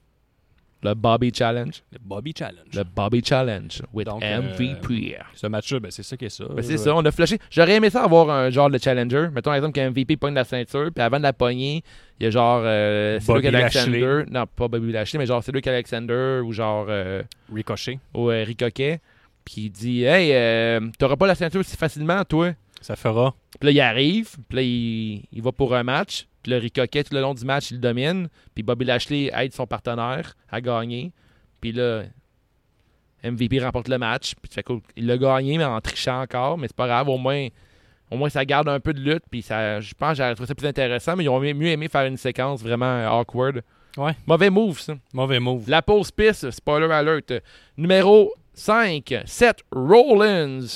Le Bobby Challenge.
Le Bobby Challenge.
Le Bobby Challenge with
Donc, euh,
MVP.
Ce match-là, ben, c'est ça qui est ça.
Ben, c'est ça, on a flashé. J'aurais aimé ça avoir un genre de challenger. Mettons, par exemple, qu'un MVP pogne la ceinture, puis avant de la pogner, il y a genre euh,
Bobby
Cedric Alexander. Non, pas Bobby Lashley, mais genre Cedric Alexander ou genre euh,
Ricochet.
ou, euh, Ricoquet. Puis il dit Hey, euh, t'auras pas la ceinture si facilement, toi.
Ça fera.
Puis là, il arrive, puis là, il, il va pour un match. Puis le Ricoquet, tout le long du match, il le domine. Puis Bobby Lashley aide son partenaire à gagner. Puis là, MVP remporte le match. Puis tu fais cool. Il l'a gagné, mais en trichant encore. Mais c'est pas grave, au moins, au moins ça garde un peu de lutte. Puis ça, je pense que j'aurais trouvé ça plus intéressant. Mais ils ont mieux aimé faire une séquence vraiment euh, awkward.
Ouais.
Mauvais move, ça.
Mauvais move.
La pause piste, spoiler alert. Numéro 5, Seth Rollins,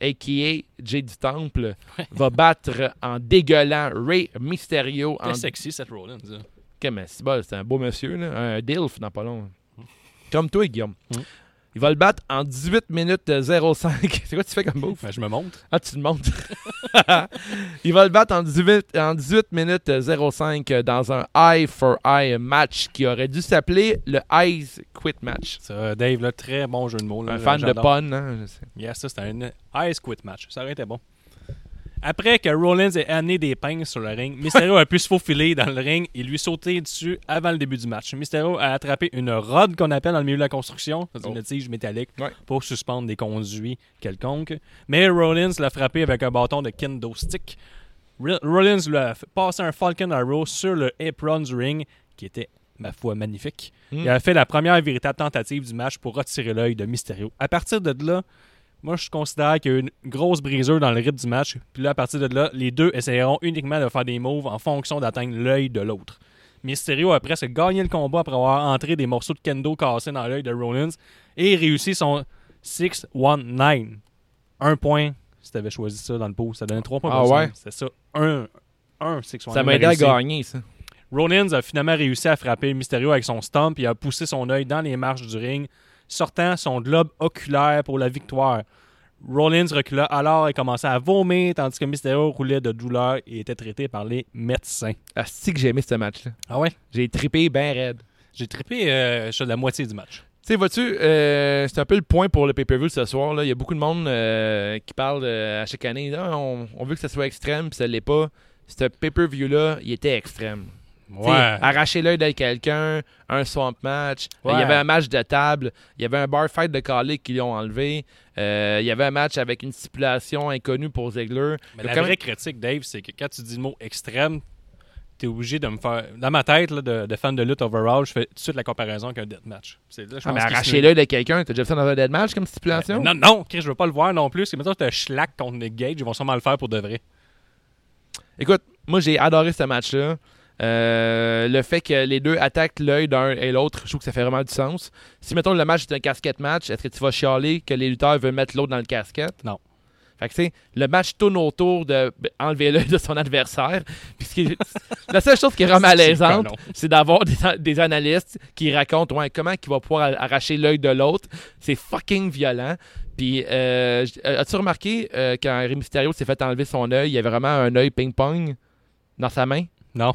a.k.a. Jay du Temple, va battre en dégueulant Ray Mysterio. En...
Très sexy, Seth Rollins. hein.
Ok, mais c'est bon, c'est un beau monsieur, là. un DILF dans pas long. hein. Comme toi, Guillaume.
Mm.
Il va le battre en 18 minutes 05. c'est quoi tu fais comme move?
Ben, je me montre.
Ah, tu le montres. Il va le battre en 18, en 18 minutes 05 dans un eye for eye match qui aurait dû s'appeler le Eyes Quit Match.
Ça, Dave, là, très bon jeu de mots. là.
Un fan de
J'adore.
pun, hein, je sais.
Yes, ça, c'était un ice quit match. Ça aurait été bon. Après que Rollins ait amené des pingles sur le ring, Mysterio a pu se faufiler dans le ring et lui sauter dessus avant le début du match. Mysterio a attrapé une rod qu'on appelle dans le milieu de la construction, c'est-à-dire
Oh.
une tige métallique,
Ouais.
pour suspendre des conduits quelconques. Mais Rollins l'a frappé avec un bâton de kendo stick. R- Rollins lui a f- passé un Falcon Arrow sur le apron du ring, qui était, ma foi, magnifique.
Mm.
Il a fait la première véritable tentative du match pour retirer l'œil de Mysterio. À partir de là, moi, je considère qu'il y a eu une grosse briseur dans le rythme du match. Puis là, à partir de là, les deux essayeront uniquement de faire des moves en fonction d'atteindre l'œil de l'autre. Mysterio a presque gagné le combat après avoir entré des morceaux de kendo cassés dans l'œil de Rollins et réussi son 6-1-9. Un point, si t'avais choisi ça dans le pot, ça donnait trois points.
Ah
pour ça.
ouais?
C'était ça, un, un 6-1-9.
Ça m'a aidé à
réussi.
gagner, ça.
Rollins a finalement réussi à frapper Mysterio avec son stomp et a poussé son œil dans les marches du ring, sortant son globe oculaire pour la victoire. Rollins recula alors et commença à vomir tandis que Mysterio roulait de douleur et était traité par les médecins.
Ah, si que j'ai aimé ce match-là.
Ah ouais?
J'ai trippé bien raide.
J'ai trippé euh, sur la moitié du match.
Tu sais, vois-tu, euh, c'est un peu le point pour le pay-per-view ce soir. Là. Il y a beaucoup de monde euh, qui parle euh, à chaque année. Là, on, on veut que ça soit extrême, puis ça l'est pas. Ce pay-per-view-là, il était extrême. Tu sais,
Ah,
Arracher l'œil de quelqu'un, un swamp match. Euh, Il
Ouais.
y avait un match de table. Il y avait un bar fight de Calais qu'ils ont enlevé. Euh, il y avait un match avec une stipulation inconnue pour Ziegler.
Mais
Il y a
la
quand
vraie critique, Dave, c'est que quand tu dis le mot extrême, t'es obligé de me faire. Dans ma tête, là, de, de fan de lutte overall, je fais tout de suite la comparaison avec un deathmatch. C'est là, je
Ah, mais
pense qu'il se
arracher l'œil de quelqu'un, t'as déjà fait ça dans un dead match comme stipulation?
Euh, Non, non, Chris, je veux pas le voir non plus. Parce que maintenant, tu schlack contre Nick Gage, ils vont sûrement le faire pour de vrai.
Écoute, moi j'ai adoré ce match-là. Euh, le fait que les deux attaquent l'œil d'un et l'autre, je trouve que ça fait vraiment du sens. Si mettons le match est un casquette match, est-ce que tu vas chialer que les lutteurs veulent mettre l'autre dans le casquette?
Non.
Fait que tu sais, le match tourne autour de ben, enlever l'œil de son adversaire. Puis ce qui est- la seule chose qui est vraiment malaisante,
canon.
c'est d'avoir des, des analystes qui racontent ouais, comment il va pouvoir arracher l'œil de l'autre. C'est fucking violent. Puis, euh, j- euh, as-tu remarqué euh, quand Rey Mysterio s'est fait enlever son œil, il y avait vraiment un œil ping-pong dans sa main?
Non.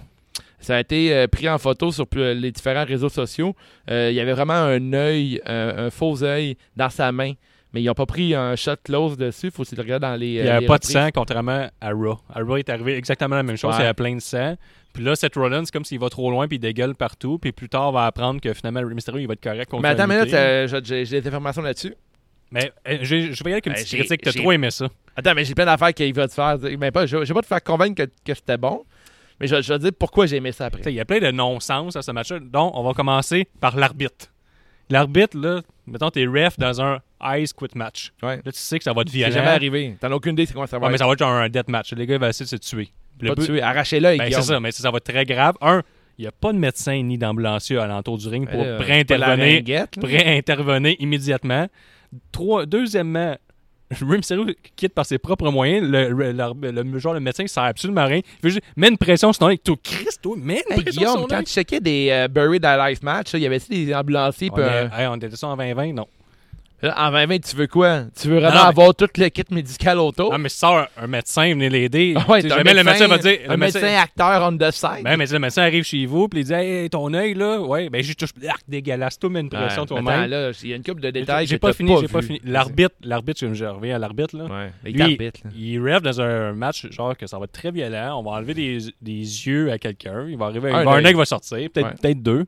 Ça a été euh, pris en photo sur plus- les différents réseaux sociaux. Euh, il y avait vraiment un œil, un, un faux œil dans sa main. Mais ils n'ont pas pris un shot close dessus. Il faut se le regarder dans les.
Il n'y
euh,
avait
les
pas
reprises.
de sang, contrairement à Raw. À Raw, il est arrivé exactement la même chose.
Ouais.
Il y avait plein de sang. Puis là, Seth Rollins, c'est comme s'il va trop loin puis il dégueule partout. Puis plus tard, on va apprendre que finalement, Rey Mysterio, il va être correct contre
Mais attends,
un
mais
lutté.
là, j'ai j'ai des informations là-dessus.
Mais euh, j'ai- je vais y aller avec une
Ben,
petite
j'ai-
critique. T'as
j'ai-
trop aimé ça.
Attends, mais j'ai plein d'affaires qu'il va te faire. dire. Mais pas, je ne vais pas te faire convaincre que, que c'était bon. Mais je, je vais te dire pourquoi j'ai aimé ça après.
Tu sais, Il y a plein de non-sens à ce match-là. Donc, on va commencer par l'arbitre. L'arbitre, là, mettons, t'es ref dans un Ice Quit Match.
Ouais.
Là, tu sais que ça va être
C'est
violent.
jamais arrivé. T'en as aucune idée c'est comment ça va.
Ouais, mais
être.
ça va être genre un death match. Les gars, ils vont essayer de se tuer. Le
Pas
but-
tuer, arracher l'œil.
Ben,
Guillaume.
c'est ça, mais ça, ça va être très grave. Un, il n'y a pas de médecin ni d'ambulancier à l'entour du ring pour
Euh, pas la
pré-intervenir,
ringuette, là.
pré-intervenir immédiatement. Trois, deuxièmement, Rey Mysterio quitte par ses propres moyens. Le, le, le- le- genre, le médecin, ça sert absolument à rien. Il veut juste mettre une pression sur ton œil. Tout Christ, toi, mets une
Hey,
pression
Guillaume,
sur ton
quand
œil.
tu checkais des euh, Buried Alive match, là, il y avait des ambulanciers.
On,
puis un-
est- hey, on était ça en 2020, non.
Là, En 2020, tu veux quoi? Tu veux vraiment
Non, non, mais-
avoir tout le kit médical autour?
Non, Ah, mais ça, un médecin, venez l'aider.
Oh. Ah ouais,
Tu sais,
t'as un
jamais le médecin va dire.
Un
le
médecin, acteur on the side.
Ben, mais tu sais, le médecin arrive chez vous, puis il dit Hey, ton œil, là, ouais, ben, j'ai touché. Arc dégueulasse, toi, mets une
Ouais,
pression
attends,
toi-même.
là, il y a une couple de détails.
J'ai
que
pas
t'as
fini, j'ai pas
vu.
fini. L'arbitre, l'arbitre, je je reviens à l'arbitre, là.
Ouais, les
Lui,
arbitres, là.
il rêve dans un match, genre que ça va être très violent. On va enlever des, des yeux à quelqu'un. Il va arriver
Un
à un,
œil.
œil qui va sortir, peut-être
Ouais.
peut-être deux.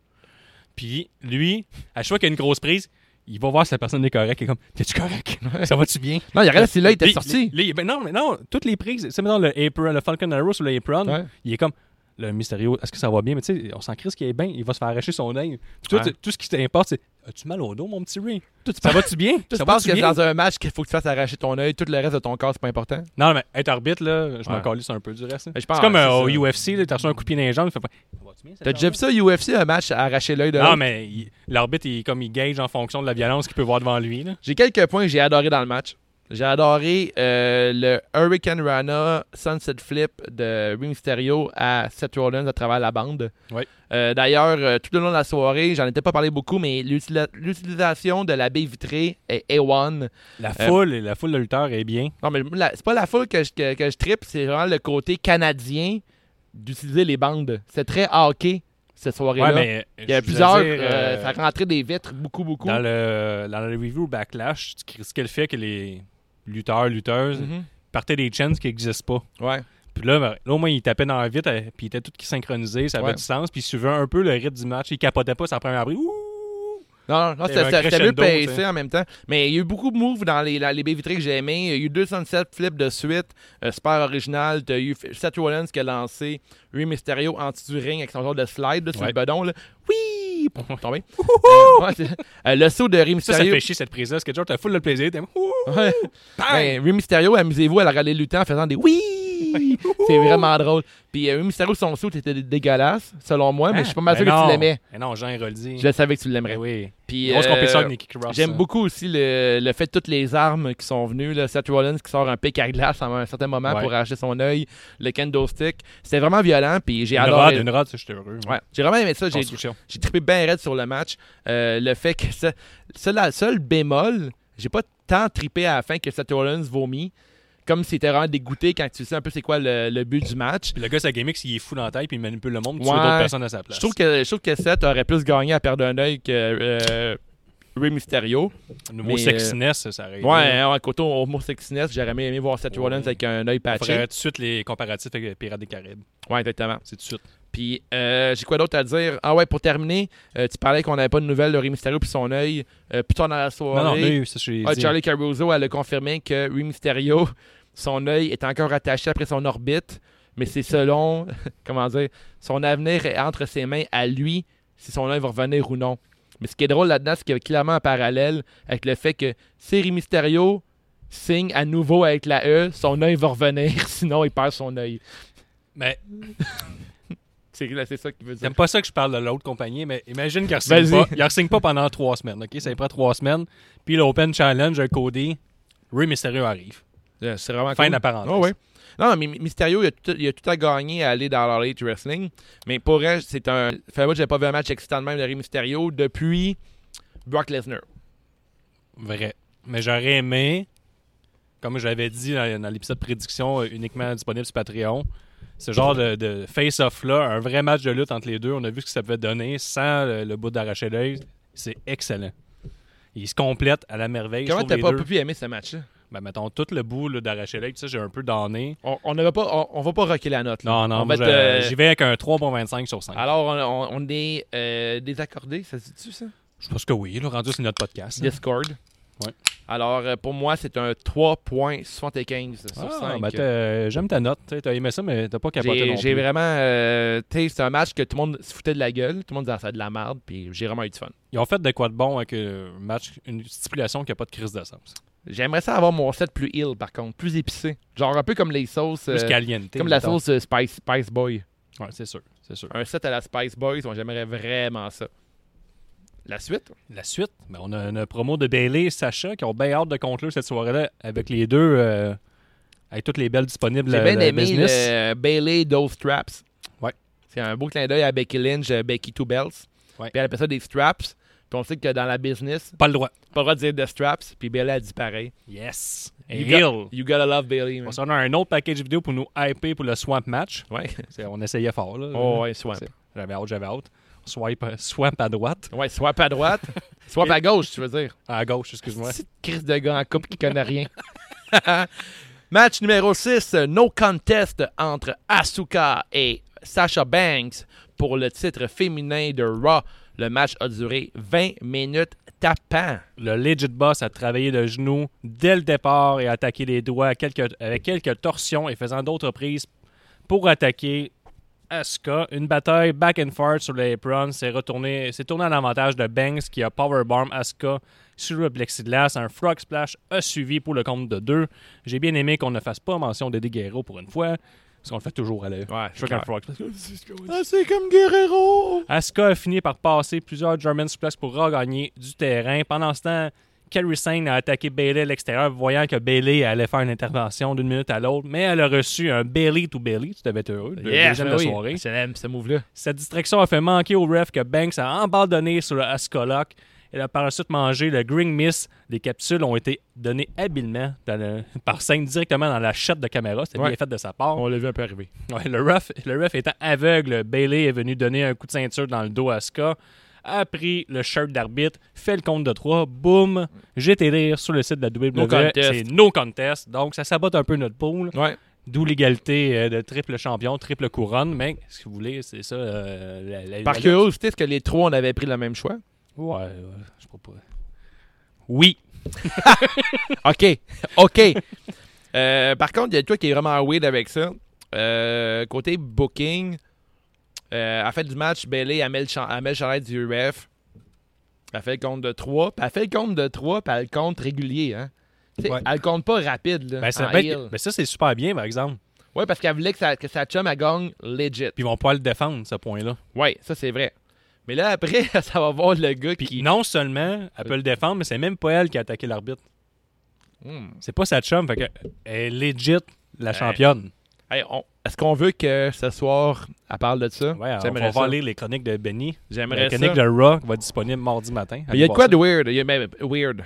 Puis lui, à chaque fois qu'il y a une grosse prise, il va voir si la personne est correcte. Il est comme T'es-tu correct Ça va-tu bien
Non, il regarde si l'œil était
Lui,
sorti.
lui, lui, ben non, mais non, toutes les prises, c'est maintenant le apron, le Falcon Arrow sur le apron,
Ouais.
il est comme le mystérieux, est-ce que ça va bien? Mais tu sais, on s'en crie ce qu'il est bien, il va se faire arracher son œil. Puis toi,
Ouais.
tu- tout ce qui t'importe, c'est As-tu mal au dos, mon petit Ray?
Toi, tu
Ça
penses-
va-tu bien?
toi,
ça
tu penses
va-tu
que
bien?
dans un match qu'il faut que tu fasses arracher ton œil, tout le reste de ton corps, c'est pas important?
Non, mais être arbitre, là, je m'en
Ouais.
calisse un peu du reste. là.
Ben, je
C'est
pense,
comme
c'est
euh, au
ça.
UFC, là, t'as reçu un coup de pied dans les jambes, il fait pas, Ça va-tu bien, cette
T'as déjà vu
jambe-là?
ça, UFC, un match à arracher l'œil de
Non,
l'autre?
mais il- l'arbitre, il, comme il gage en fonction de la violence qu'il peut voir devant lui. Là.
J'ai quelques points que j'ai adoré dans le match. J'ai adoré euh, le Hurricane Rana Sunset Flip de Rey Mysterio à Seth Rollins à travers la bande.
Oui.
Euh, D'ailleurs, euh, tout le long de la soirée, j'en étais pas parlé beaucoup, mais l'utila- l'utilisation de la baie vitrée est A1.
La
Euh,
foule, la foule de lutteurs est bien.
Non, mais la- c'est pas la foule que je, que, que je trippe, c'est vraiment le côté canadien d'utiliser les bandes. C'est très hockey, cette soirée-là.
Ouais, mais,
Il y a
je voulais
plusieurs.
dire,
euh,
euh,
ça rentrait des vitres beaucoup, beaucoup.
Dans le, dans le review Backlash, tu critiquais le fait que les lutteurs, lutteuses
Mhm.
partaient des chants qui n'existent pas.
Ouais.
Puis là, ben, là, au moins, ils tapaient dans la vitre, euh, puis ils étaient tous qui synchronisés, ça avait
Ouais.
du sens, puis ils suivaient un peu le rythme du match. Ils capotaient pas sa première abri. Ouh!
Non, non, non,
Il y avait
c'était
un
c'était- c'était
crescendo,
mieux
tu
pacé
sais.
en même temps. Mais il y a eu beaucoup de moves dans les, la- les baies vitrées que j'ai aimé. Il y a eu 207 flips de suite, euh, super original. T'as eu F- Seth Rollins qui a lancé Rey Mysterio en dessous du ring avec son genre de slide là, sur
Ouais.
le bedon. Là. Oui! Pour tomber. Euh, ouais, c'est- euh, le saut de Rey
Ça, ça
Mysterio.
fait chier cette prise-là, parce que genre, t'as full de plaisir, t'es. Ouh!
Ouais.
Bang!
Ben, Rey Mysterio, amusez-vous à la râler luttant en faisant des oui! Hi! c'est vraiment drôle. Puis euh, Mysterio, son saut était dé- dégueulasse, selon moi, mais je suis pas mal sûr que tu l'aimais.
Mais Hein? Ah! Ben non, Jean Héroldi.
Je le savais que tu
Ben
l'aimerais.
oui.
Puis,
Grosse
euh,
compétition avec Nicky Cross.
J'aime
ça.
beaucoup aussi le, le fait de toutes les armes qui sont venues. Là. Seth Rollins qui sort un pic à glace à un certain moment
Ouais.
pour arracher son œil. Le candlestick. C'était vraiment violent. Puis j'ai
Une
adoré.
rod, une rod, ça, j'étais heureux.
Ouais. J'ai vraiment aimé ça. J'ai,
Construction.
j'ai trippé bien raide sur le match. Euh, le fait que ça, ça, la seule bémol, j'ai pas tant trippé à la fin que Seth Rollins vomit. Comme c'était vraiment dégoûté quand tu sais un peu c'est quoi le, le but du match.
Puis le gars, sa gimmick, c'est qu'il est fou dans la tête puis il manipule le monde pour
Ouais.
tuer d'autres personnes à sa place.
Je trouve que je trouve que Seth aurait plus gagné à perdre un œil que euh, Rey Mysterio.
Au Niveau
mais,
sexiness, ça arrive.
Ouais, hein, ouais, côté homosexiness, j'aurais aimé voir Seth
Ouais.
Rollins avec un œil
On ferait
patché.
tout de suite les comparatifs avec Pirates des Caraïbes.
Ouais, exactement.
C'est tout de suite.
Puis, euh, j'ai quoi d'autre à dire? Ah ouais, pour terminer, euh, tu parlais qu'on n'avait pas de nouvelles de Rey Mysterio puis son œil euh, plus tard dans la soirée.
Non, non, mais ça, je l'ai
Ah,
dit.
Charlie Caruso, elle a confirmé que Rey Mysterio, son œil est encore attaché après son orbite, mais c'est selon, comment dire, son avenir est entre ses mains à lui, si son œil va revenir ou non. Mais ce qui est drôle là-dedans, c'est qu'il y a clairement un parallèle avec le fait que si Rey Mysterio signe à nouveau avec la E, son œil va revenir, sinon il perd son œil.
Mais
C'est c'est ça qu'il veut dire.
J'aime pas ça que je parle de l'autre compagnie, mais imagine qu'il ne
Vas-y.
pas, il re-signe pas pendant trois semaines. ok? Ça lui prend trois semaines. Puis l'Open Challenge, un codé, Ray Mysterio arrive.
Euh, C'est vraiment
Fin
cool.
de la parenthèse.
Ah ouais. Non, mais Mysterio, il a, tout, il a tout à gagner à aller dans la Elite Wrestling. Mais pour elle, c'est un. Fait moi, j'avais pas vu un match excitant de même de Rey Mysterio depuis Brock Lesnar.
Vrai. Mais j'aurais aimé, comme j'avais dit dans, dans l'épisode prédiction euh, uniquement disponible sur Patreon, ce genre de, de face-off-là, un vrai match de lutte entre les deux. On a vu ce que ça pouvait donner sans le, le bout d'arracher l'œil. C'est excellent. Ils se complètent à la merveille. je
Comment
trouve,
t'as
les
pas
deux.
pu aimer ce match-là?
Ben, mettons, tout le bout là, d'arracher l'œil, ça, j'ai un peu donné.
On, on ne va pas, on, on va pas rocker la note. là.
Non,
On
non,
va
moi,
être, euh,
je- j'y vais avec un 3.25 sur 5.
Alors, on, on- on est euh, désaccordé, ça se dit-tu, ça?
Je pense que oui, là, rendu sur notre podcast. hein.
Discord.
Ouais.
Alors, euh, pour moi, c'est un 3.75 sur
Ah,
5.
ben, t'as- J'aime ta note. T'as t'as aimé ça, mais t'as pas capoté
J'ai-
non
J'ai
plus.
vraiment. euh, tu sais, c'est un match que tout le monde se foutait de la gueule. Tout le monde disait ça de la merde. Puis j'ai vraiment eu du fun.
Ils ont fait de quoi de bon avec euh, un match, une stipulation qui n'a pas de crise de sens.
J'aimerais ça avoir mon set plus hill, par contre. Plus épicé. Genre un peu comme les sauces.
Plus
euh,
caliente.
comme la
mettons.
sauce euh, Spice, Spice Boy.
Ouais, c'est sûr, c'est sûr.
Un set à la Spice Boys. moi, J'aimerais vraiment ça. La suite.
La suite, ben, on a une promo de Bailey et Sacha qui ont bien hâte de conclure cette soirée-là avec les deux, euh, avec toutes les belles disponibles.
J'ai
euh,
bien
de
aimé
business.
le Bailey Dove Straps.
Ouais.
C'est un beau clin d'œil à Becky Lynch, euh, Becky Two Bells.
Ouais.
Puis elle appelle ça des straps. Puis on sait que dans la business,
Pas le droit.
pas le droit de dire de straps. Puis Bailey a dit pareil.
Yes.
You,
Hill.
got- you gotta love Bailey.
On s'en a un autre package vidéo pour nous hyper pour le Swamp Match.
Ouais.
C'est- On essayait fort. Là.
Oh, ouais, swamp.
J'avais hâte, j'avais hâte. Swipe, euh, swamp à droite.
Ouais, swap à droite, swap à gauche, tu veux dire.
À gauche, excuse-moi.
Petite crise de gars en couple qui connaît rien. Match numéro 6, no contest entre Asuka et Sasha Banks pour le titre féminin de Raw. Le match a duré 20 minutes tapant.
Le legit boss a travaillé le genou dès le départ et a attaqué les doigts à quelques- avec quelques torsions et faisant d'autres prises pour attaquer Asuka. Une bataille back and forth sur l'apron s'est retournée- s'est tournée à l'avantage de Banks qui a powerbomb Asuka sur le plexiglas. Un frog splash a suivi pour le compte de deux. J'ai bien aimé qu'on ne fasse pas mention de Guerrero pour une fois, parce qu'on le fait toujours à l'œil.
Ouais,
Je fais qu'un frog splash.
Ah, c'est comme Guerrero.
Asuka a fini par passer plusieurs German suplex pour regagner du terrain. Pendant ce temps, Kerry Sane a attaqué Bailey à l'extérieur, voyant que Bailey allait faire une intervention d'une minute à l'autre, mais elle a reçu un Bailey to Bailey. Tu devais être heureux. le
Yes,
deuxième
ben
de
oui.
soirée.
J'aime ce move-là.
Cette distraction a fait manquer au ref que Banks a abandonné sur le Asuka Lock. Elle a par la suite mangé le Green Miss. Les capsules ont été données habilement dans le- par Sane directement dans la chatte de caméra. C'était
Ouais.
bien fait de sa part.
On l'a vu un peu arriver.
Ouais, le, ref, le ref étant aveugle, Bailey est venu donner un coup de ceinture dans le dos à Asuka, a pris le shirt d'arbitre, fait le compte de 3, boum, j'étais rire sur le site de la WWE.
No contest.
C'est no contest. Donc, ça sabote un peu notre poule,
Ouais.
d'où l'égalité euh, de triple champion, triple couronne. Mais, si vous voulez, c'est ça. euh, la, la-
Par
la-
curiosité, est-ce que les trois, on avait pris le même choix?
Ouais, ouais, je sais pas. Oui.
OK. OK. Euh, par contre, il y a toi qui est vraiment weird avec ça. Euh, côté booking, euh, à la fin du match, Bailey, elle met le chan- elle met le chandail du ref. Elle fait le compte de 3. Puis elle fait le compte de 3, puis elle le compte régulier. Hein. Tu sais,
Ouais.
Elle le compte pas rapide. Là,
Ben, ça,
en
ben,
heel.
ben, ça, c'est super bien, par exemple.
Oui, parce qu'elle voulait que sa, que sa chum, elle gagne legit.
Puis ils vont pas le défendre, ce point-là.
Oui, ça, c'est vrai. Mais là, après, ça va voir le gars
Puis
qui.
non seulement elle peut le défendre, mais c'est même pas elle qui a attaqué l'arbitre.
Hmm.
C'est pas sa chum. Fait que elle est legit la championne.
Hey, on- Est-ce qu'on veut que ce soir, elle parle de ça?
Ouais, on
J'aimerais
va voir
ça.
lire les chroniques de Benny.
J'aimerais
La
ça.
chronique de Raw qui va être disponible mardi matin.
Mais il y a
Allez
de
voir
quoi
ça.
de weird? Il y a, mais, weird.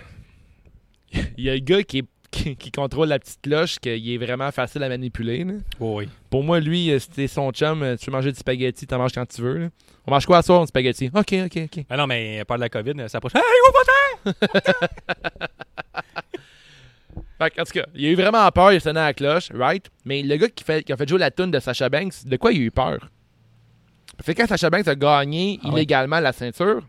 Il y a le gars qui, est- qui, qui contrôle la petite cloche, qu'il est vraiment facile à manipuler. là.
Oui, oui.
Pour moi, lui, euh, c'était son chum. euh, Tu veux manger du spaghetti, t'en manges quand tu veux. là. On mange quoi à soir, du spaghetti? Ok, ok, ok.
Ah non, mais elle parle de la COVID, ça approche. Hey, oh, putain!
Fait que, en tout cas, il a eu vraiment peur, il a sonné à la cloche, right? Mais le gars qui, fait, qui a fait jouer la toune de Sacha Banks, de quoi il a eu peur? Fait que quand Sacha Banks a gagné
Ah oui.
illégalement la ceinture,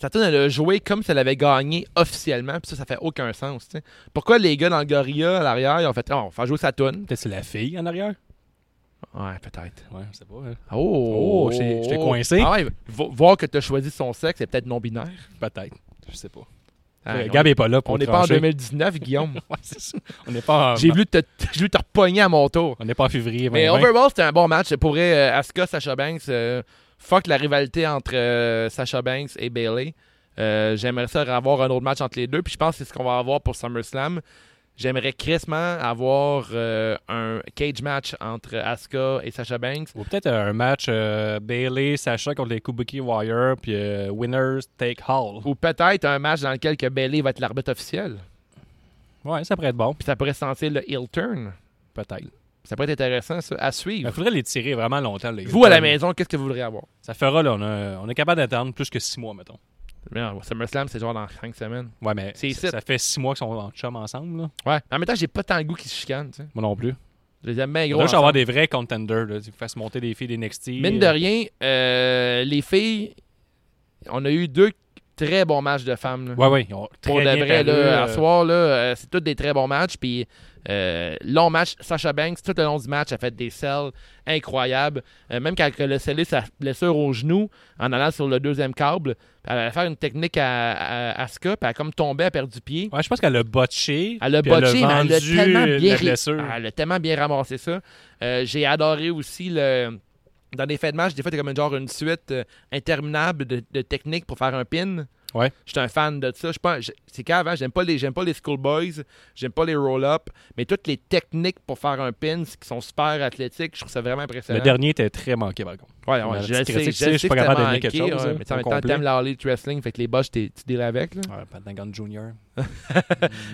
sa toune, elle a joué comme si elle avait gagné officiellement, puis ça, ça fait aucun sens, tu sais. Pourquoi les gars dans le gorilla à l'arrière, ils ont fait, Ah, on va faire jouer sa toune?
Peut-être c'est la fille en arrière.
Ouais, peut-être.
Ouais, je sais pas. hein.
Oh,
Oh, je t'ai- je t'ai coincé.
Ah ouais, vo- voir que t'as choisi son sexe, c'est peut-être non-binaire.
Peut-être. Je sais pas.
Ah,
Euh, Gab est pas là pour
on n'est pas en
trancher. Ah,
2019, Guillaume.
Ouais, c'est ça. On n'est pas en...
J'ai voulu te, j'ai voulu te repogner à mon tour.
On n'est pas en février.
Mais
2020.
overall, c'était un bon match. Pour vrai, euh, Asuka, Sasha Banks, euh, fuck la rivalité entre euh, Sasha Banks et Bailey. J'aimerais ça avoir un autre match entre les deux. Puis je pense que c'est ce qu'on va avoir pour SummerSlam. J'aimerais crissement avoir euh, un cage match entre Asuka et Sasha Banks.
Ou peut-être euh, un match Bailey, Sacha contre les Kubuki Warriors, puis euh, Winners Take Hall.
Ou peut-être un match dans lequel que Bailey va être l'arbitre officiel.
Ouais, ça pourrait être bon,
Puis ça pourrait sentir le heel turn.
peut-être.
Ça pourrait être intéressant ça, à
Il
suivre.
faudrait les tirer vraiment longtemps. Les
Vous à la maison, qu'est-ce que vous voudriez avoir?
Ça fera, là, on, a- on est capable d'attendre plus que six mois, mettons.
Bien, SummerSlam, c'est genre dans 5 semaines.
Ouais, mais
C'est
ça,
ici.
ça fait six mois qu'ils sont en chum ensemble, là.
Ouais. En même temps, j'ai pas tant le goût qu'ils se chicanent. tu sais.
Moi non plus.
Je les aime bien
Il
gros.
doit juste
ensemble.
avoir des vrais contenders, là. Tu fasses monter des filles des NXT.
Mine de rien, euh, les filles, on a eu deux très bons matchs de femmes. là.
Ouais, ouais. ils ont
Pour
très
de
bien
vrai,
paru,
là, à
euh,
soir, là, euh, c'est tous des très bons matchs. Puis, euh, long match, Sasha Banks, tout le long du match, a fait des selles incroyables. Euh, même quand elle a scellé sa blessure au genou en allant sur le deuxième câble, elle allait faire une technique à, à, à Asuka, puis elle a comme tombé, elle a perdu pied.
Ouais, je pense qu'elle a botché.
Elle a
puis
botché, mais elle a
vendu
tellement Ah, bien,
la
ri-
blessure.
elle a tellement bien ramassé ça. Euh, J'ai adoré aussi le. Dans des faits de match, des fois, t'as comme une, genre une suite euh, interminable de, de techniques pour faire un pin.
Ouais.
J'étais un fan de ça. Je suis pas- je- C'est qu'avant, j'aime pas les j'aime pas les schoolboys, j'aime pas les roll-up, mais toutes les techniques pour faire un pin qui sont super athlétiques, je trouve ça vraiment
Le
impressionnant.
dernier était très manqué, par contre.
Ouais, ouais,
La
je
petite
le sais,
critique,
je
tu sais,
le
je suis
sais
pas
que
capable
t'as
de donner quelque
manqué,
chose,
ouais,
hein,
mais tu sais, en
au
même temps,
complet.
t'aimes l'Harley Wrestling, fait que les boches, t'es- tu deals avec. là.
Ouais, Pat Duncan Jr.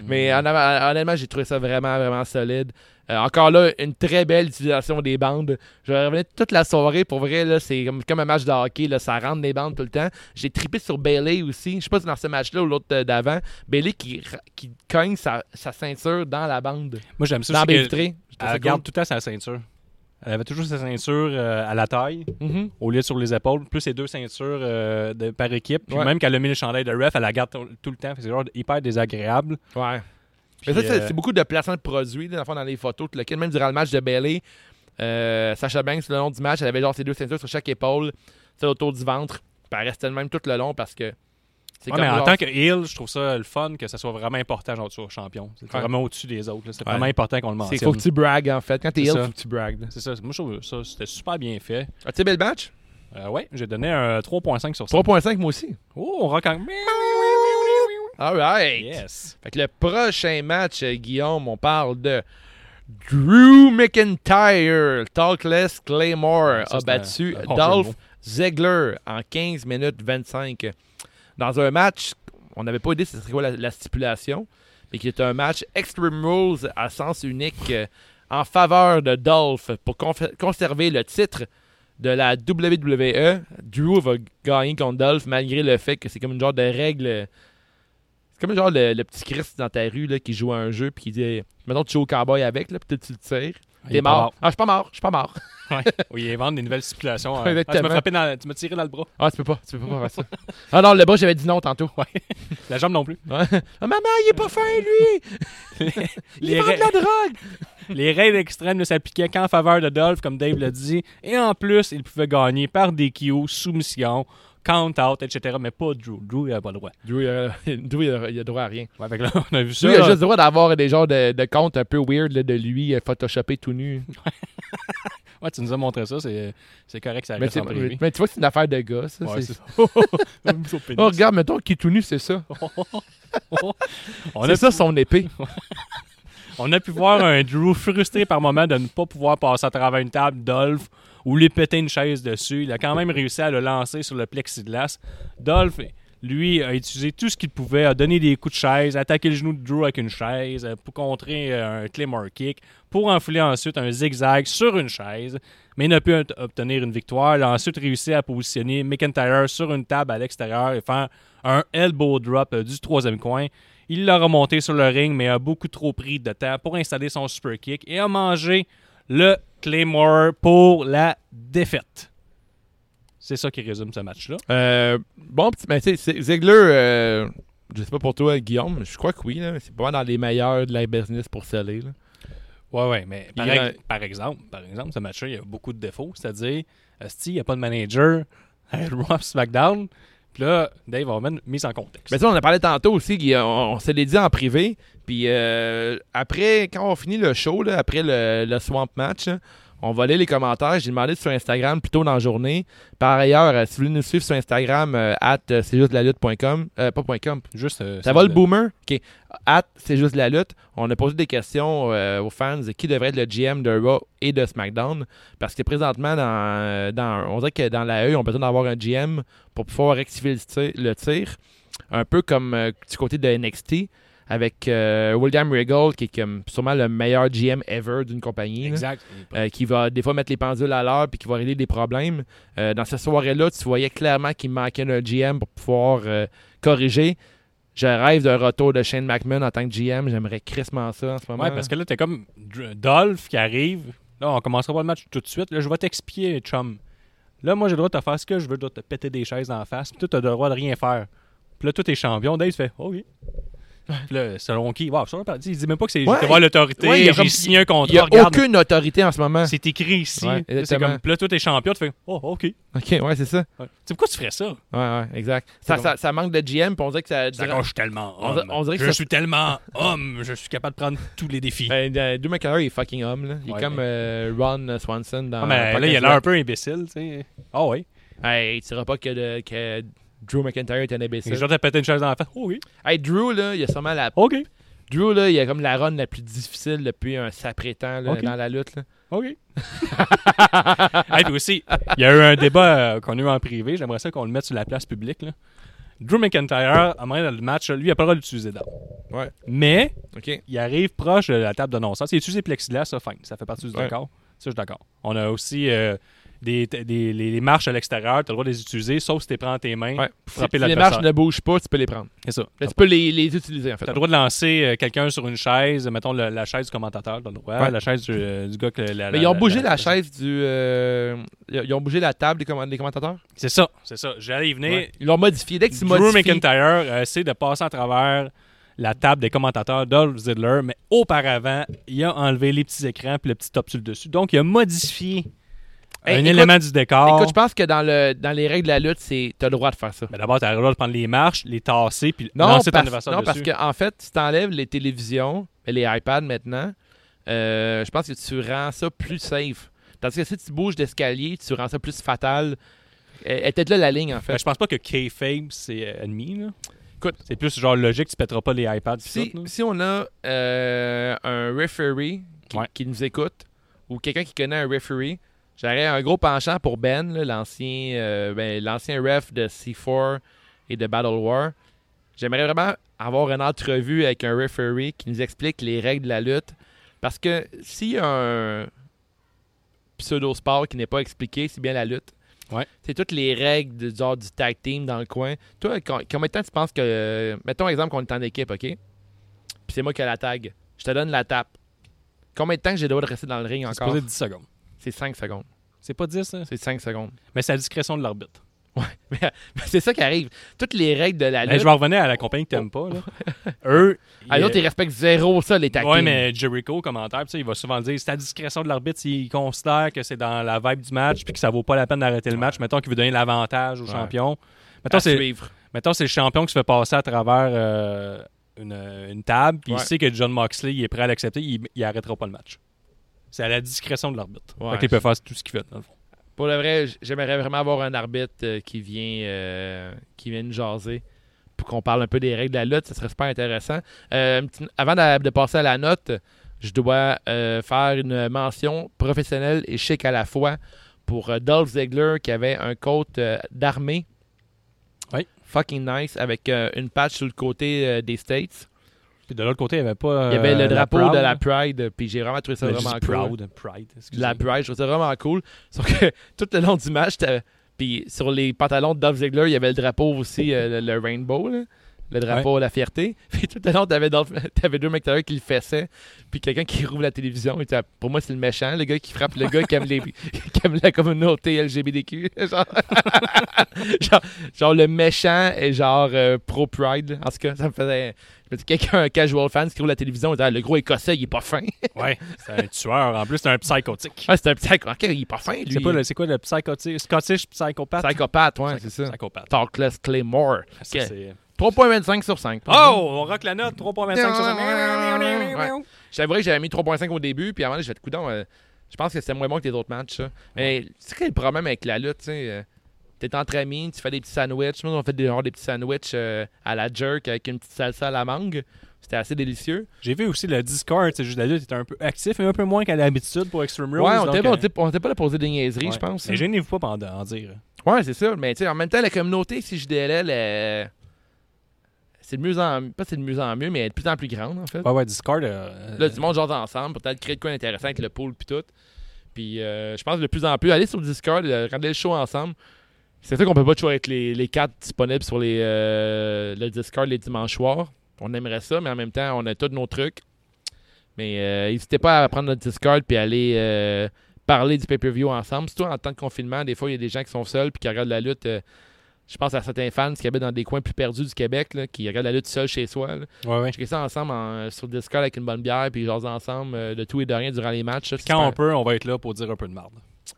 Mais euh, en avant- honnêtement, j'ai trouvé ça vraiment, vraiment solide. Euh, encore là, une très belle utilisation des bandes. Je revenais toute la soirée. Pour vrai, là, c'est comme, comme un match de hockey. Là, ça rentre des bandes tout le temps. J'ai trippé sur Bailey aussi. Je sais pas si dans ce match-là ou l'autre euh, d'avant. Bailey qui, ra- qui cogne sa, sa ceinture dans la bande.
Moi, j'aime ça.
dans
aussi
la
que-
vitrée. Je trouve
Elle
ça
garde tout le temps sa ceinture. Elle avait toujours sa ceinture euh, à la taille,
cool. Mhm.
au lieu de sur les épaules, plus ses deux ceintures euh, de- par équipe. Puis
Ouais.
même qu'elle a mis le chandail de ref, elle la garde tout- tout le temps. Fait que C'est genre hyper désagréable.
Ouais.
Puis,
Mais ça, c'est-
euh,
c'est beaucoup de placement de produits, là, dans, le fond, dans les photos, tout lequel, même durant le match de Bailey, euh, Sacha Banks, le long du match, elle avait genre ses deux ceintures sur chaque épaule, celle autour du ventre, puis elle restait le même tout le long parce que c'est
ouais, mais en tant que heel, je trouve ça le fun que ça soit vraiment important, genre, tu sois champion. C'est
Ouais.
vraiment au-dessus des autres. là. C'est
Ouais.
vraiment important qu'on le
C'est
mentionne.
faut que tu bragues, en fait. Quand t'es
C'est
heel,
ça.
faut que tu bragues. là.
C'est ça. Moi, je trouve ça, c'était super bien fait.
As-tu aimé le match?
Euh, ouais, j'ai donné un 3.5 sur 5.
3.5, moi aussi.
Oh, on rock en...
All right.
Yes.
Fait que le prochain match, euh, Guillaume, on parle de Drew McIntyre. Talkless
Ça,
Claymore a
c'est un-
battu
un bon
Dolph
jeu de mots.
Ziggler en 15 minutes 25. Dans un match, on n'avait pas idée ce serait quoi la, la stipulation, mais qui est un match Extreme Rules à sens unique euh, en faveur de Dolph pour conf- conserver le titre de la WWE. Drew va gagner contre Dolph malgré le fait que c'est comme une genre de règle. C'est comme genre le, le petit Christ dans ta rue là, qui joue à un jeu puis qui dit Mettons, tu joues au cowboy avec, là, puis tu le tires.
Il
T'es
est pas
mort. Ah, je suis pas mort, je suis pas mort.
Ouais. Oui, ils vendent des nouvelles stipulations. hein.
Ouais,
Ah, tu m'as
tellement.
frappé dans- tu m'as tiré dans le bras.
Ah, tu peux pas, tu peux pas faire ça. Ah non, le bas, j'avais dit non tantôt.
La jambe non plus.
Ouais. Ah, maman, il est pas fin, lui! Il
Les
vend de la drogue!
Les règles extrêmes ne s'appliquaient qu'en faveur de Dolph, comme Dave l'a dit, et en plus, il pouvait gagner par DQ, soumission, count-out, etc. Mais pas Drew. Drew, il n'avait pas le droit.
Drew, il a, Drew, il a- il a droit à rien.
Ouais, fait que là, on a vu ça.
Lui, il a juste le droit d'avoir des genres de, de comptes un peu weird là, de lui, euh, photoshopé tout nu.
Ouais, tu nous as montré ça, c'est c'est correct, ça
Mais,
reste
c'est-
en privé.
mais tu vois que c'est une affaire de gars, ça.
Ouais, c'est
c'est-
ça. Au
Oh,
pénis.
regarde, mettons qui est tout nu, c'est ça.
on,
C'est
a,
ça son épée.
on a pu voir un Drew frustré par moment de ne pas pouvoir passer à travers une table Dolph ou lui péter une chaise dessus. Il a quand même réussi à le lancer sur le plexiglas. Dolph, lui, a utilisé tout ce qu'il pouvait, a donné des coups de chaise, attaqué le genou de Drew avec une chaise euh, pour contrer euh, un claymore kick, pour enfiler ensuite un zigzag sur une chaise, mais n'a pu int- obtenir une victoire. Il a ensuite réussi à positionner McIntyre sur une table à l'extérieur et faire un elbow drop euh, du troisième coin. Il l'a remonté sur le ring, mais a beaucoup trop pris de temps pour installer son super kick et a mangé le Claymore pour la défaite. C'est ça qui résume ce match-là.
Euh, bon, petit, mais tu sais, c'est- Ziggler, euh, je sais pas pour toi, Guillaume, mais je crois que oui. là, C'est pas mal dans les meilleurs de la business pour sceller. là.
Ouais, ouais, mais par,
Il
ex-
rend-
par exemple, par exemple, ce match-là, il y a beaucoup de défauts. C'est-à-dire, si il n'y a pas de manager à Raw puis SmackDown. Puis là, Dave Orman, mise en contexte.
Mais ça, on en a parlé tantôt aussi, Guy, on, on se l'est dit en privé. Puis euh, après, quand on finit le show, là, après le, le Swamp Match, hein, on va lire les commentaires. J'ai demandé sur Instagram plus tôt dans la journée. Par ailleurs, euh, si vous voulez nous suivre sur Instagram, euh, at euh, c'est juste la lutte.com, euh, pas point .com,
Juste, euh,
Ça va le
de-
boomer? OK. At, c'est juste la lutte. On a posé des questions euh, aux fans qui devrait être le GM de Raw et de SmackDown. Parce que présentement, dans, euh, dans- on dirait que dans la E, on a besoin d'avoir un GM pour pouvoir rectifier le tir. le tir. Un peu comme euh, du côté de NXT avec euh, William Regal, qui est comme sûrement le meilleur GM ever d'une compagnie. là.
Exact.
Euh, qui va des fois mettre les pendules à l'heure puis qui va régler des problèmes. Euh, dans cette soirée-là, tu voyais clairement qu'il manquait d'un GM pour pouvoir euh, corriger. Je rêve d'un retour de Shane McMahon en tant que GM. J'aimerais crissement ça en ce moment.
Ouais, parce que là, t'es comme Dr- Dolph qui arrive. Là, on commencera pas le match tout de suite. Là, je vais t'expier, chum. Là, moi, j'ai le droit de te faire ce que je veux, de te péter des chaises en face. Puis toi, t'as le droit de rien faire. Puis là, tout est champion. Dave, il fait Oh oui. Puis là, selon qui Wow, selon parti. Il dit même pas que c'est.
Ouais.
J'étais voir l'autorité.
Ouais, il y a
j'ai
comme-
signé un contrat.
Il n'y a
Regarde,
aucune autorité en ce moment.
C'est écrit ici.
Ouais,
Là, c'est
exactement.
comme. Puis là, tout est champion. Tu fais Oh, OK. Ouais.
OK, ouais, c'est ça.
Tu sais, pourquoi tu ferais ça
Ouais, ouais, exact. Ça,
comme-
ça, ça manque de GM puis on dirait que ça.
D'accord, je suis tellement
On
homme.
dirait- on dirait que
je
ça-
suis tellement homme. Je suis capable de prendre tous les défis.
Ben, euh, Drew McIntyre il est fucking homme. là. Il est
Ouais,
comme
mais-
euh, Ron Swanson dans.
Ah, mais là, il a l'air un peu imbécile. tu sais. Ah oui.
Hey, il dira pas que, le- que Drew McIntyre est un
Je
imbécile.
vais te péter une chaise en face. Oh oui.
Hey, Drew, là, il a sûrement la
OK.
Drew, là, il a comme la run la plus difficile depuis un sacré temps là,
Ok.
dans la lutte. là.
OK. hey, puis aussi, il y a eu un débat euh, qu'on a eu en privé. J'aimerais ça qu'on le mette sur la place publique. Là. Drew McIntyre, à moins dans le match, lui, il n'a pas le droit d'utiliser d'armes.
Ouais.
Mais,
OK.
il arrive proche de la table de non-sens. Il utilise plexiglas, ça, fine. Ça fait partie du
Ouais.
décor. Ça, je suis d'accord. On a aussi euh, des, des- les, les marches à l'extérieur. Tu as le droit de les utiliser, sauf si tu les prends en tes mains
Ouais.
pour
Si,
frapper
si les
l'adversaire.
marches ne bougent pas, tu peux les prendre.
C'est ça.
Là, tu peux les, les utiliser, en fait.
T'as le droit de lancer euh, quelqu'un sur une chaise, mettons le- la chaise du commentateur, t'as le droit,
Ouais.
la chaise du, euh, du gars que la,
Mais ils ont bougé la chaise du... euh, ils ils ont bougé la table des, command- des commentateurs.
C'est ça, c'est ça. J'allais y venir.
Ouais. Ils l'ont modifié. Dès que tu
Drew
modifies...
McIntyre euh, essaie de passer à travers la table des commentateurs Dolph Ziggler, mais auparavant, il a enlevé les petits écrans puis le petit top sur le dessus. Donc, il a modifié
Hey,
un
écoute-
élément du décor.
Écoute, je pense que dans, le, dans les règles de la lutte, c'est t'as le droit de faire ça.
Mais d'abord, tu as le droit de prendre les marches, les tasser, puis
Non,
lancer ton
parce,
adversaire
non parce
dessus.
qu'en fait, tu t'enlèves les télévisions, et les iPads maintenant, euh, je pense que tu rends ça plus safe. Tandis que si tu bouges d'escalier, tu rends ça plus fatal. Euh, était là la ligne, en fait.
Ben, je pense pas que kayfabe, c'est euh, ennemi. Là.
Écoute.
c'est plus genre logique, tu pèteras pas les iPads. pis
si,
tout, là.
si on a euh, un referee qui,
Ouais.
qui nous écoute ou quelqu'un qui connaît un referee, j'aurais un gros penchant pour Ben, là, l'ancien euh, ben, l'ancien ref de C4 et de Battle War. J'aimerais vraiment avoir une entrevue avec un referee qui nous explique les règles de la lutte. Parce que s'il y a un pseudo-sport qui n'est pas expliqué, c'est bien la lutte.
Ouais.
C'est toutes les règles du genre du tag team dans le coin. Toi, com- combien de temps tu penses que. euh, mettons exemple qu'on est en équipe, OK? Puis c'est moi qui ai la tag. Je te donne la tape. Combien de temps que j'ai le droit de rester dans le ring
C'est
encore?
supposé 10 secondes.
C'est 5 secondes.
C'est pas 10, hein?
C'est 5 secondes.
mais c'est à la discrétion de l'arbitre.
Mais c'est ça qui arrive. Toutes les règles de la
Hey,
lutte.
Ben, je vais revenir à la compagnie que t'aimes pas. Là. Eux,
Ah,
ils-
l'autre, ils respectent zéro ça, les tag
Ouais,
teams.
mais Jericho, commentaire, tu sais, il va souvent dire c'est à discrétion de l'arbitre s'il considère que c'est dans la vibe du match puis que ça vaut pas la peine d'arrêter le match. Mettons qu'il veut donner l'avantage au
Ouais.
champion. Mettons,
à
c'est,
suivre.
mettons, c'est le champion qui se fait passer à travers euh, une, une table puis
Ouais.
il sait que John Moxley il est prêt à l'accepter, il, il arrêtera pas le match. C'est à la discrétion de l'arbitre.
Ouais.
Fait qu'il peut faire tout ce qu'il veut, dans le fond.
Pour le vrai, j- j'aimerais vraiment avoir un arbitre euh, qui vient euh, qui vient nous jaser pour qu'on parle un peu des règles de la lutte. Ça serait super intéressant. Euh, un petit- avant de, de passer à la note, je dois euh, faire une mention professionnelle et chic à la fois pour euh, Dolph Ziggler qui avait un coat euh, d'armée.
Oui.
Fucking nice avec euh, une patch sur le côté euh, des States.
Puis de l'autre côté, il n'y avait pas.
Il y avait
euh,
le drapeau
Proud,
de la hein. Ben,
là.
Pride, puis j'ai vraiment trouvé ça
Mais
vraiment
je dis
cool
Proud, Pride, excusez.
de la Pride. Je trouve ça vraiment cool. Sauf que tout le long du match, t'as- puis sur les pantalons de Dolph Ziggler, il y avait le drapeau aussi, euh, le, le Rainbow, là. le drapeau à la fierté. Puis tout le long, t'avais, Dolph- t'avais deux mecs derrière qui le fessaient, puis quelqu'un qui rouvre la télévision. Et t'as- pour moi, c'est le méchant, le gars qui frappe le gars qui aime, les- qui aime la communauté LGBTQ. genre, genre, genre, le méchant est genre euh, pro-Pride. En tout cas, ça me faisait... Je me dis, quelqu'un, un casual fan, qui rouvre la télévision, et dit, Ah, le gros écossais, il est pas fin.
Ouais, c'est un tueur. En plus, c'est un psychotique.
Ah, c'est un petit... Ok, il est pas fin, lui.
C'est, pas le- c'est quoi le psychotique? Scottish psychopathe?
Psychopathe, ouais, c'est ça.
Psychopathe.
Talkless Claymore.
Ça,
Ok.
c'est-
3.25 sur 5.
Oh, on rock la note, 3.25 sur
Ouais. J'avouerais que j'avais mis 3.5 au début, puis avant, j'ai fait coudon. euh, je pense que c'était moins bon que les autres matchs. ça. Mais c'est quoi le problème avec la lutte, tu sais? euh, T'es entre amis, tu fais des petits sandwichs. Nous, on fait des, genre des petits sandwichs euh, à la jerk avec une petite salsa à la mangue. C'était assez délicieux.
J'ai vu aussi le Discord, c'est juste la lutte était un peu actif, mais un peu moins qu'à l'habitude pour Extreme Rules.
ouais, on
donc,
était pas,
euh,
on était- on était pas là pour dire des niaiseries,
ouais.
je pense. hein.
Mais gênez-vous pas pendant en dire.
Ouais, c'est ça. Mais tu sais, en même temps, la communauté, si je DLL, euh, c'est de mieux en pas c'est de mieux en mieux, mais elle est de plus en plus grande en fait.
Ouais, ouais, Discord. euh,
Là, du monde jase ensemble, pour peut-être créer de quoi d'intéressant avec le pool puis tout. Puis euh, je pense que de plus en plus, aller sur Discord, euh, regarder le show ensemble. C'est sûr qu'on peut pas toujours être les, les quatre disponibles sur les, euh, le Discord les dimanches soirs. On aimerait ça, mais en même temps, on a tous nos trucs. Mais euh, n'hésitez pas à prendre notre Discord puis aller euh, parler du pay-per-view ensemble. Surtout en temps de confinement, des fois, il y a des gens qui sont seuls puis qui regardent la lutte. euh, je pense à certains fans qui habitent dans des coins plus perdus du Québec, là, qui regardent la lutte seuls chez soi. là.
ouais, ouais.
Checker ça ensemble en- euh, sur Discord avec une bonne bière, puis jaser ensemble euh, de tout et de rien durant les matchs. ça, c'est
Quand on
super-
peut, on va être là pour dire un peu de marde.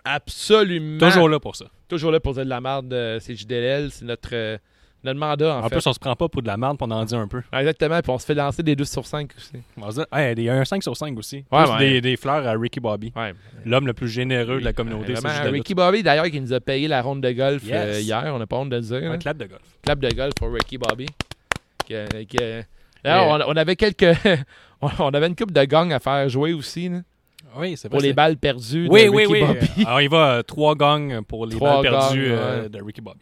Absolument.
Toujours là pour ça.
Toujours là pour dire de la merde, euh, c'est JDL, c'est notre, euh, notre mandat en,
En
fait.
plus, on se prend pas pour de la marde, puis on en dit un peu.
Ah, Exactement, puis on se fait lancer des 12 sur 5 aussi.
On va se dire, hey, il y a un 5 sur 5 aussi.
Ouais,
Plus
ouais.
Des, des fleurs à Ricky Bobby,
Ouais.
l'homme le plus généreux de la communauté.
Vraiment,
c'est juste la lutte.
Ricky Bobby, d'ailleurs, qui nous a payé la ronde de golf
Yes.
euh, hier, on n'a pas honte de le dire.
Un
hein.
clap de golf.
clap de golf pour Ricky Bobby. Que- que- D'ailleurs,
Et-
on, on avait quelques. on- on avait une coupe de gang à faire jouer aussi, là,
Oui, c'est vrai.
pour les
c'est-
balles perdues.
Oui,
de
oui,
Ricky
oui.
Bobby.
Alors, il va euh, trois gangs pour les
Trois
balles perdues
gangs,
euh,
ouais.
de Ricky Bobby.